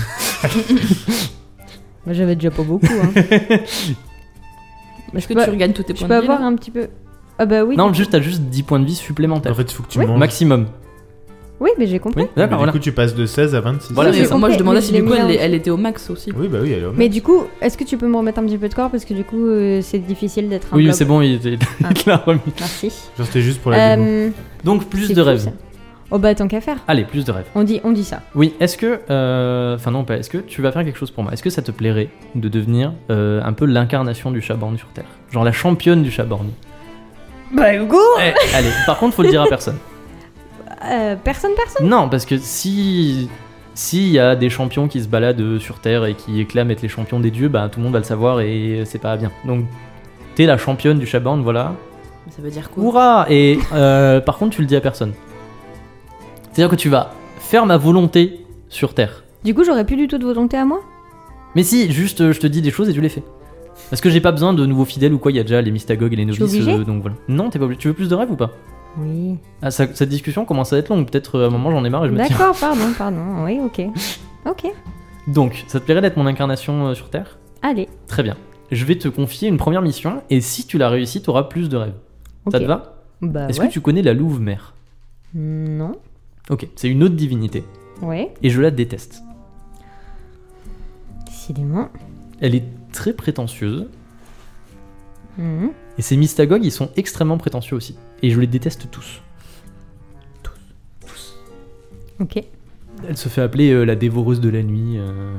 C: Bah, J'avais déjà pas beaucoup. Hein. Bah,
D: Est-ce
C: je
D: que
C: peux,
D: tu regagnes tous tes
C: je
D: points
C: peux
D: de vie
C: avoir
D: là
C: un petit peu. Ah bah oui.
A: non, juste t'as juste 10 points de vie
B: En
A: supplémentaires.
B: fait, il faut que tu
C: Oui.
B: manges.
A: Maximum.
C: Oui, mais j'ai compris.
A: Oui,
B: Mais
A: d'accord, voilà.
B: Du coup, tu passes de 16 à 26.
A: Voilà,
D: Oui,
A: c'est
D: mais
A: ça.
D: Moi, je
C: Ok,
D: demandais
C: mais
D: si
C: je l'ai
D: du coup,
C: mis en
D: elle, est-
C: dessous.
D: elle était au max aussi.
B: Oui, bah oui, alors.
C: Mais du coup, est-ce que tu peux me remettre un petit peu de corps parce que du coup, euh, c'est difficile d'être un Ah.
A: Oui, mais
C: blob.
A: c'est bon, il, était- il te l'a remis.
C: Merci.
B: Genre, c'était juste pour la démo.
C: Euh,
A: Donc plus
C: c'est
A: de
C: fou,
A: rêves.
C: ça. Oh bah tant qu'à faire.
A: Allez, plus de rêves.
C: On dit, on dit ça.
A: Oui, est-ce que. euh, Enfin, non, pas. Est-ce que tu vas faire quelque chose pour moi Est-ce que ça te plairait de devenir euh, un peu l'incarnation du chat borgne sur Terre Genre la championne du chat borgne
C: Bah go.
A: Eh, allez, par contre, faut le dire à personne.
C: Euh, personne, personne.
A: Non, parce que si s'il y a des champions qui se baladent euh, sur Terre et qui éclament être les champions des dieux, bah tout le monde va le savoir et c'est pas bien. Donc t'es la championne du Shaborn, voilà.
D: Mais Ça veut dire quoi
A: Hourra Et euh, par contre, tu le dis à personne. C'est-à-dire que tu vas faire ma volonté sur Terre.
C: Du coup, j'aurais plus du tout de volonté à moi.
A: Mais si, juste euh, je te dis des choses et tu les fais. Parce que j'ai pas besoin de nouveaux fidèles ou quoi, il y a déjà les mystagogues et les
C: suis
A: novices, euh,
C: obligée
A: donc voilà. Non, t'es pas obligé. Tu veux plus de rêves ou pas
C: Oui.
A: Ah, ça- Cette discussion commence à être longue, peut-être euh, à un moment j'en ai marre et je me tiens.
C: D'accord, pardon, pardon. Oui, ok. Ok.
A: Donc, ça te plairait d'être mon incarnation euh, sur Terre
C: Allez.
A: Très bien. Je vais te confier une première mission et si tu la réussis, t'auras plus de rêves.
C: ok.
A: Ça te va
C: Bah
A: Est-ce
C: ouais.
A: que tu connais la Louve-Mère
C: Non.
A: Ok, c'est une autre divinité
C: Ouais.
A: et je la déteste.
C: Décidément.
A: Elle est très prétentieuse
C: Mhm.
A: et ces mystagogues, ils sont extrêmement prétentieux aussi. Et je les déteste tous.
C: Ok.
A: Elle se fait appeler euh, la dévoreuse de la nuit, euh,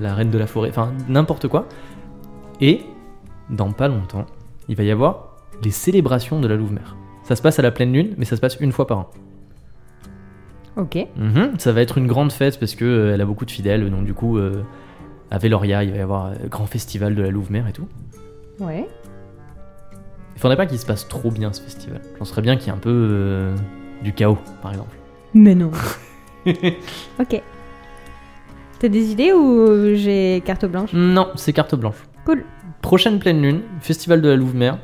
A: la reine de la forêt, enfin n'importe quoi. Et dans pas longtemps, il va y avoir les célébrations de la Louve-Mère. Ça se passe à la pleine lune, mais ça se passe une fois par an.
C: Ok.
A: Mhm, Ça va être une grande fête parce que euh, elle a beaucoup de fidèles, donc du coup, euh, à Veloria, il va y avoir un grand festival de la Louve-Mère et tout.
C: Ouais.
A: Il faudrait pas qu'il se passe trop bien ce festival. J'en serais bien qu'il y ait un peu euh, du chaos, par exemple.
C: Mais non. ok. T'as des idées ou j'ai carte blanche
A: Non, c'est carte blanche.
C: Cool.
A: Prochaine pleine lune, festival de la Louve-Mère.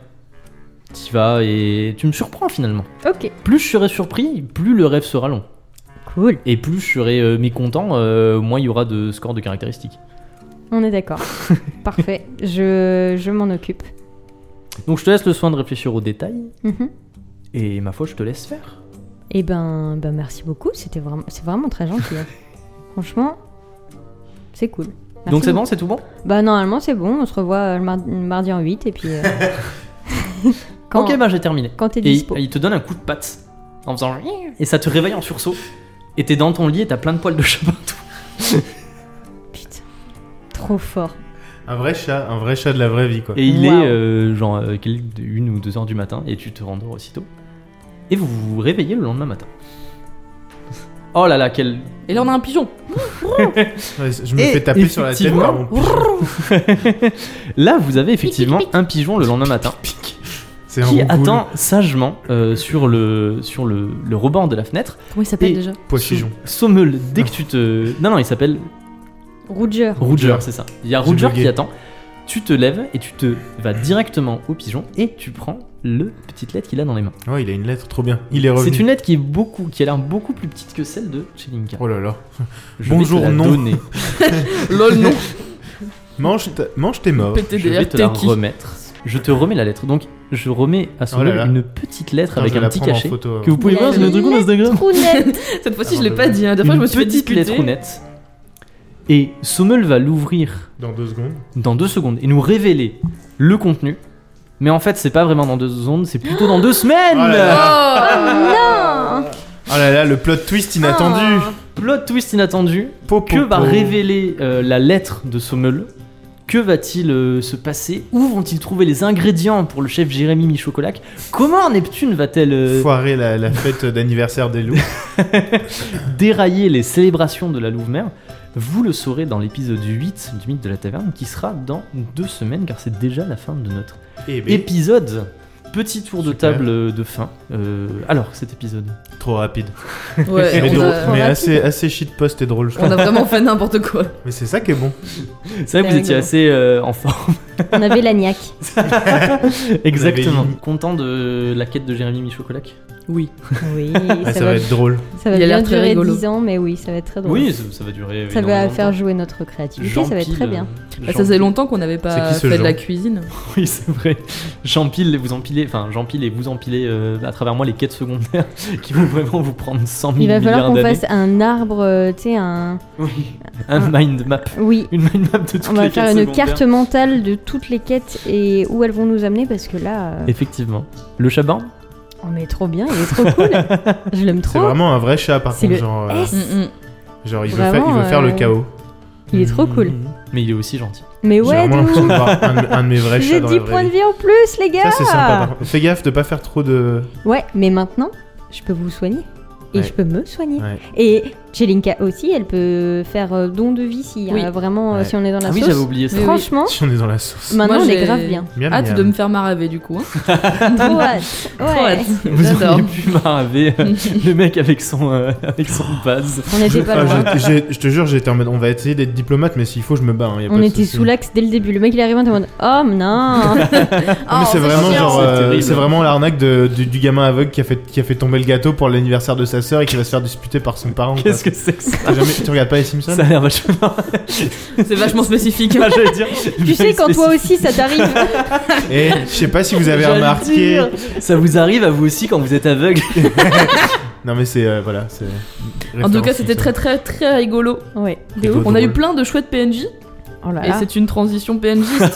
A: Tu vas et tu me surprends finalement.
C: Ok,
A: Plus je serai surpris, plus le rêve sera long.
C: cool.
A: Et plus je serai euh, mécontent, euh, moins il y aura de scores de caractéristiques.
C: On est d'accord. Parfait. Je, je m'en occupe.
A: Donc je te laisse le soin de réfléchir aux détails.
C: Mhm.
A: Et ma foi, je te laisse faire.
C: Eh ben, ben merci beaucoup. C'était vraiment, c'est vraiment très gentil. hein. Franchement, c'est cool. Merci
A: Donc c'est
C: beaucoup.
A: bon, c'est tout bon
C: Bah normalement c'est bon. On se revoit euh, le mar- mardi en 8 et puis. euh, quand
A: Ok, bah j'ai terminé.
C: quand t'es
A: Et il,
C: dispo.
A: il te donne un coup de patte en faisant et ça te réveille en sursaut. Et t'es dans ton lit et t'as plein de poils de chat partout.
C: Putain, trop fort.
B: Un vrai chat, un vrai chat de la vraie vie, quoi.
A: Et il
C: Waouh.
A: est euh, genre euh, quel- une ou deux heures du matin et tu te rendors aussitôt. Et vous vous réveillez le lendemain matin. Oh là là, quel.
D: Et là, on a un pigeon.
B: Ouais, je me
A: Et
B: fais taper sur la tête par mon pigeon.
A: Là, vous avez effectivement
C: pic, pic.
A: un pigeon le lendemain matin
B: C'est un
A: qui
B: roucoule.
A: attend sagement euh, sur, le, sur le, le rebord de la fenêtre.
D: Comment il s'appelle
A: Et-
D: déjà
B: Poichigeon.
A: Sommel, dès que tu te.
C: Ah.
A: Non, non, il s'appelle
C: Roger.
A: Roger,
B: Roger.
A: c'est ça. Il y a
B: J'ai
A: Roger
B: bugué.
A: qui attend. Tu te lèves et tu te vas directement au pigeon et tu prends le petite lettre qu'il a dans les mains.
B: Ouais, il a une lettre, trop bien. Il est revenu.
A: C'est une lettre qui est beaucoup, qui a l'air beaucoup plus petite que celle de Chelinka.
B: Oh là là.
A: Je vais
B: bonjour,
A: te la
B: non.
A: donner.
D: Lol, non.
B: Mange, ta- mange tes morts.
A: Je
D: PTDR,
A: vais te la
D: t'es qui
A: remettre. Je te remets la lettre. Donc, je remets à son
B: Oh là
A: nom
B: là.
A: une petite lettre
B: Putain, je
A: avec
B: vais
A: un
B: la
A: petit
B: prendre en
A: cachet
B: photo, euh,
A: que vous pouvez
C: La
A: voir sur notre compte
C: lettre
A: Instagram.
C: Roulette.
D: Cette fois-ci, je l'ai pas dit. La dernière fois, je me
A: Une
D: suis fait
A: petite
D: disputer.
A: lettre honnête. Et Sommel va l'ouvrir
B: Dans deux secondes.
A: dans deux secondes et nous révéler le contenu. Mais en fait, c'est pas vraiment dans deux secondes, c'est plutôt dans deux semaines.
B: Oh là là.
C: non.
B: Oh là là, le plot twist inattendu.
C: Ah.
A: Plot twist inattendu.
B: Po, po,
A: Que va
B: po.
A: révéler euh, la lettre de Sommel Que va-t-il euh, se passer Où vont-ils trouver les ingrédients pour le chef Jérémy Michocolac Comment Neptune va-t-elle euh,
B: Foirer la, la fête d'anniversaire des loups.
A: dérailler les célébrations de la Louve-Mère Vous le saurez dans l'épisode 8 du Mythe de la Taverne qui sera dans deux semaines car c'est déjà la fin de notre
B: Et
A: épisode. Petit tour de
B: Super.
A: table euh, de fin. Euh, alors cet épisode.
B: trop rapide.
D: Ouais,
B: mais
D: on,
B: drôle.
D: a,
B: mais
C: rapide.
B: assez, assez shitpost et drôle, je
D: on
B: trouve.
D: a vraiment fait n'importe quoi.
B: Mais c'est ça qui est bon.
A: C'est vrai que vous
D: C'était
A: étiez
D: rigolo.
A: assez euh, en forme.
C: On avait la niaque.
A: Exactement.
B: l'une.
A: Content de la quête de Jérémy Michocolac
D: Oui.
C: Oui,
B: Ah,
C: ça,
B: ça
C: va,
B: va être drôle.
C: ça va
D: Il a
C: bien
D: l'air très
C: durer
D: rigolo.
C: 10 ans, mais oui, ça va être très drôle.
A: Oui, ça, ça va durer.
C: ça
A: énormément
C: va
A: de
C: faire
A: temps.
C: jouer notre créativité,
A: Jean
C: ça va être très
A: Pile,
C: bien. Ah,
A: euh,
D: Ah, Ça
A: Jean
D: faisait
A: Pile.
D: longtemps qu'on n'avait pas
B: C'est qui, ce
D: fait de la
B: Jean
D: cuisine.
A: Oui, c'est vrai. J'empile, vous empilez, enfin j'empile et vous empilez euh, à travers moi les quêtes secondaires qui vont vraiment vous prendre 100 000
C: Il va falloir
A: milliards
C: qu'on
A: d'années.
C: fasse un arbre, euh, tu sais, un.
A: Oui. Un mind map,
C: Oui.
A: une mind map de toutes
C: On va
A: les
C: faire
A: quêtes
C: une carte
A: secondaires.
C: mentale de toutes les quêtes et où elles vont nous amener parce que là, euh,
A: Effectivement. Le chaban
C: on est trop bien, il est trop cool. Je l'aime
B: C'est
C: trop.
B: vraiment un vrai chat, par
C: C'est
B: contre.
C: le
B: Genre, euh,
C: S.
D: Mm, mm.
B: genre il, veut
C: Vraiment,
B: faire, il veut faire
C: euh,
B: le chaos.
C: Il est trop cool.
A: Mmh. Mais il est aussi gentil.
C: Mais
B: J'ai
C: ouais,
B: Mm. vraiment
C: de
B: l'impression
C: ouf.
B: de voir un, de- un de mes vrais chats
C: J'ai
B: dans
C: 10
B: la vraie
C: points de
B: vie.
C: vie Ah. en plus, les gars.
B: Ça, c'est sympa. par contre. Fais gaffe de pas faire trop de.
C: Ouais, mais maintenant, je peux vous soigner. Et
B: Ouais.
C: je peux me soigner.
B: Ouais.
C: Et Chelinka aussi, elle peut faire euh, don de vie si,
D: Oui.
C: euh, vraiment, euh,
B: Ouais.
C: si on est dans la
A: Ah oui,
C: sauce.
A: j'avais oublié ça.
D: Oui, oui.
C: Franchement,
B: Si on est dans la sauce.
C: maintenant
D: Moi,
C: on est
D: j'ai-
C: grave bien.
B: Miam,
D: Hâte
B: miam.
D: de Ah, me faire maraver du coup. hein.
C: Trop hâte.
D: Trop
C: Ouais.
D: hâte.
A: Vous
D: J'adore.
A: auriez pu m'arraver euh, le mec avec son, euh, avec son base.
C: On était pas loin.
B: Ah, j'ai- j'ai- je te jure, j'étais en mode on va essayer d'être diplomate, mais s'il faut, je me bats. hein, y a pas
C: On
B: de
C: était
B: souci.
C: sous l'axe dès le début. Le mec il arrive en mode Oh non
B: Non, mais
D: Oh,
B: c'est vraiment
D: chiant.
B: genre,
A: Ah, C'est
B: euh,
A: terrible.
B: c'est vraiment l'arnaque de- du, du gamin aveugle qui a fait qui a fait tomber le gâteau pour l'anniversaire de sa sœur et qui va se faire disputer par son parent. quoi.
A: Qu'est-ce que c'est que ça
B: T'as jamais- tu regardes pas les Simpsons
A: Ça a l'air vachement.
D: C'est vachement spécifique.
A: Ah, j'allais dire,
C: Tu sais, quand toi aussi ça t'arrive,
B: Et Eh, je sais pas si vous avez
A: J'allais
B: remarqué.
A: dire, Ça vous arrive à vous aussi quand vous êtes aveugle
B: Non mais c'est euh, voilà. c'est-
D: En tout
B: référence
D: cas, c'était
B: Simpson.
D: très très très rigolo.
C: ouais.
D: De ouf.
B: Rigolo,
D: On a eu
B: drôle.
D: plein de chouettes PNJ
C: Oh là
D: et
C: là.
D: c'est une transition PNJ, Steve,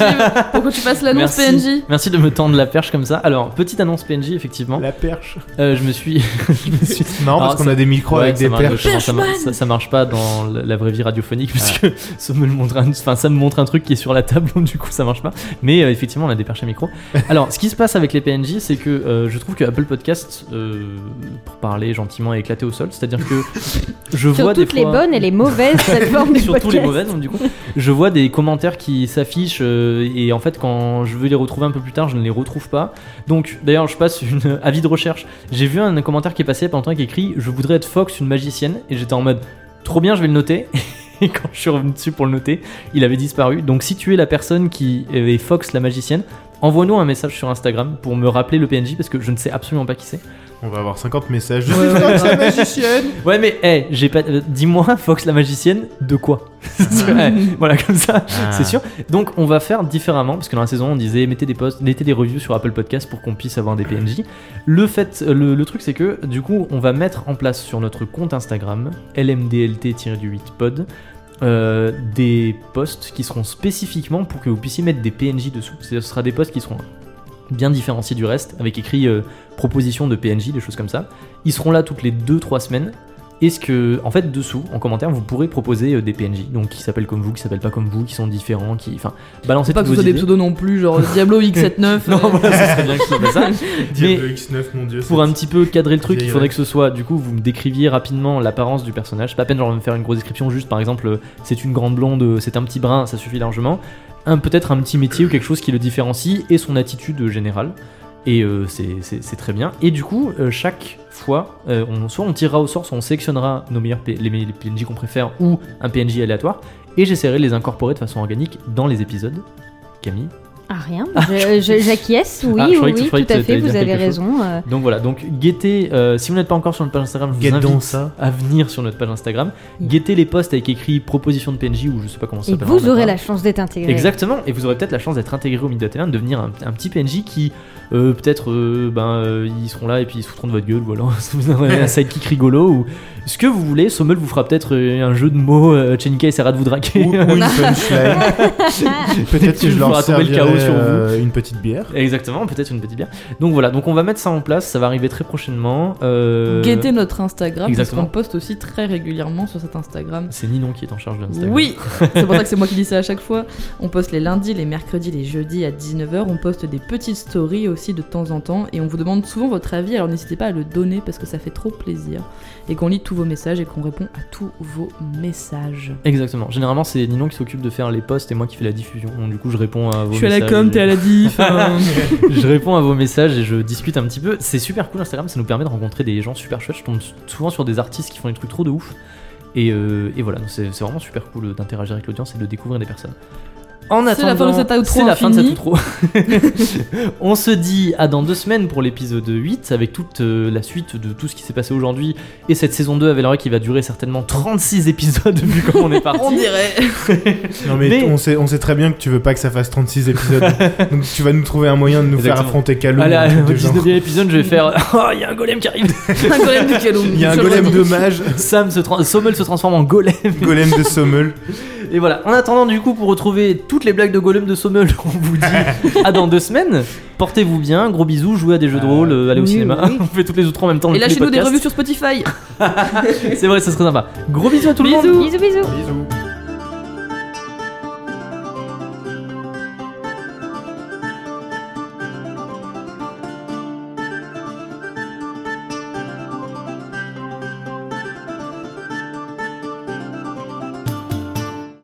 D: pour que tu fasses l'annonce PNJ.
A: Merci de me tendre la perche comme ça. Alors, petite annonce PNJ, effectivement.
B: La perche.
A: Euh, je me suis. je me suis...
B: C'est marrant
A: Alors,
B: parce qu'on a des micros
A: Ah, Ouais,
B: avec
A: ça
B: des
A: marche-
B: perches. Ah.
A: ça marche- ça marche- ça, ça marche pas dans la la vraie vie radiophonique parce que ça me, le montre un, enfin, ça me montre un truc qui est sur la table donc du coup ça marche pas. Mais euh, effectivement on a des perches à micro. Alors ce qui se passe avec les PNJ c'est que euh, je trouve que Apple Podcast euh, pour parler gentiment est éclaté au sol. C'est-à-dire que je vois
C: Sur
A: des
C: toutes les
A: fois-
C: bonnes et les mauvaises plateformes de
A: surtout les
C: podcast.
A: mauvaises, donc, du coup, je vois des commentaires qui s'affichent euh, et en fait, quand je veux les retrouver un peu plus tard, je ne les retrouve pas. Donc, d'ailleurs, je passe une euh, avis de recherche. J'ai vu un commentaire qui est passé pendant longtemps qui écrit Je voudrais être Fox, une magicienne, et j'étais en mode Trop bien, je vais le noter. Et quand je suis revenu dessus pour le noter, il avait disparu. Donc, si tu es la personne qui est euh, Fox, la magicienne, envoie-nous un message sur Instagram pour me rappeler le PNJ parce que je ne sais absolument pas qui c'est.
B: On va avoir 50 messages. Je
D: Ouais,
B: suis
D: ouais,
B: Fox
D: ouais.
B: la magicienne
A: Ouais, mais hey, j'ai pas. euh, Dis-moi, Fox la magicienne, de quoi Ouais, Voilà, comme ça,
B: Ah.
A: c'est sûr. Donc, on va faire différemment, parce que dans la saison, on disait mettez des posts, mettez des reviews sur Apple Podcast pour qu'on puisse avoir des PNJ. Le fait, le, le truc, c'est que du coup, on va mettre en place sur notre compte Instagram lmdlt-8pod. euh, des posts qui seront spécifiquement pour que vous puissiez mettre des PNJ dessous. C'est-à-dire, Ce sera des posts qui seront bien différenciés du reste, avec écrit euh, proposition de PNJ, des choses comme ça. Ils seront là toutes les 2-3 semaines. Et ce que, en fait, dessous, en commentaire, vous pourrez proposer euh, des PNJ, donc qui s'appellent comme vous, qui s'appellent pas comme vous, qui sont différents, qui, enfin, balancez
D: C'est pas
A: toutes
D: que ce
A: vos
D: soit des
A: idées.
D: pseudos non plus, genre Diablo X79.
A: Non,
D: euh,
A: voilà, ce serait bien que ce soit pas ça.
B: Diable X9, mon dieu.
A: Pour
B: c'est-
A: un petit peu cadrer le truc, il
B: Vieille
A: faudrait
B: règle.
A: que ce soit, du coup, vous me décriviez rapidement l'apparence du personnage. Pas à peine genre de me faire une grosse description, juste par exemple, euh, c'est une grande blonde, euh, c'est un petit brun, ça suffit largement. Un peut-être un petit métier ou quelque chose qui le différencie et son attitude euh, générale. Et euh, c'est- c'est c'est très bien. Et du coup, euh, chaque fois, euh, on, soit on tirera au sort, soit on sélectionnera nos meilleurs P- les, les PNJ qu'on préfère ou un PNJ aléatoire. Et j'essaierai de les incorporer de façon organique dans les épisodes. Camille
C: Ah, rien. Je- je- J'acquiesce, oui,
A: Ah, je croyais que- je
C: oui,
A: croyais
C: tout
A: que t'allais
C: à fait,
A: dire
C: vous avez
A: quelque chose.
C: raison. euh,
A: Donc voilà, donc guettez, euh, si vous n'êtes pas encore sur notre page Instagram, je vous
B: Get
A: invite
B: dans ça.
A: à venir sur notre page Instagram, guettez les posts avec écrit proposition de PNJ ou je sais pas comment ça
C: Et
A: s'appelle.
C: vous
A: maintenant.
C: aurez la chance d'être intégré.
A: Exactement, et vous aurez peut-être la chance d'être intégré au milieu de terrain, de devenir un, un petit PNJ qui, euh, peut-être, euh, ben, euh, ils seront là et puis ils se foutront de votre gueule, ou alors vous aurez un sidekick rigolo, ou ce que vous voulez. Sommel vous fera peut-être euh, un jeu de mots, euh, Tchenka essaiera de vous draguer.
B: Ou, ou une punchline. Peut-être que
A: Tu
B: je
A: feras
B: leur
A: tomber le
B: servirai
A: chaos sur vous.
B: euh, une petite bière.
A: Exactement, peut-être une petite bière. Donc voilà, donc on va mettre ça en place, ça va arriver très prochainement. euh,
D: Guettez notre Instagram
A: Exactement.
D: parce qu'on poste aussi très régulièrement sur cet Instagram.
A: C'est Ninon qui est en charge de l'Instagram.
D: Oui, c'est pour ça que c'est moi qui dis ça à chaque fois. On poste les lundis, les mercredis, les jeudis à 19h. On poste des petites stories aussi de temps en temps et on vous demande souvent votre avis. Alors n'hésitez pas à le donner parce que ça fait trop plaisir et qu'on lit tous vos messages et qu'on répond à tous vos messages.
A: Exactement. Généralement, c'est Ninon qui s'occupe de faire les posts et moi qui fais la diffusion. Donc, du coup, je réponds à vos
D: Je suis à
A: messages.
D: la com, t'es à la diff. hein.
A: je réponds à vos messages et je discute un petit peu. C'est super cool Instagram, ça nous permet de rencontrer des gens super chouettes. Je tombe souvent sur des artistes qui font des trucs trop de ouf. Et, euh, et voilà, donc c'est c'est vraiment super cool d'interagir avec l'audience et de découvrir des personnes. En
D: C'est la fin de cet outro
A: c'est la fin de cet
D: infini.
A: outro. On se dit à dans deux semaines pour l'épisode 8 avec toute euh, la suite de tout ce qui s'est passé aujourd'hui et cette saison 2 avec l'oreille qui va durer certainement 36 épisodes vu comment on est parti.
D: on dirait.
B: Non, mais,
A: Mais-
B: On, sait, on sait très bien que tu veux pas que ça fasse 36 épisodes. donc tu vas nous trouver un moyen de nous faire
A: Exactement.
B: affronter Calou.
A: À la-
B: ou un truc
A: au
B: du genre.
A: 19 e épisode, je vais faire Oh, il y a un golem qui arrive
D: un golem du calou.
B: Il y a un
D: je le
B: golem
D: redis.
B: de mage,
A: Sam se tra- Sommel se transforme en golem
B: golem de Sommel.
A: Et voilà, en attendant du coup pour retrouver toutes les blagues de Golem de Sommel, on vous dit à dans deux semaines. Portez-vous bien, gros bisous, jouez à des jeux de rôle, euh, allez au
C: oui,
A: cinéma,
C: oui.
A: on fait toutes les autres en même temps. tous les
D: Et lâchez-nous des
A: podcasts.
D: revues sur Spotify.
A: C'est vrai, ça serait sympa. Gros bisous à tout le monde.
C: Bisous, bisous.
B: Bisous.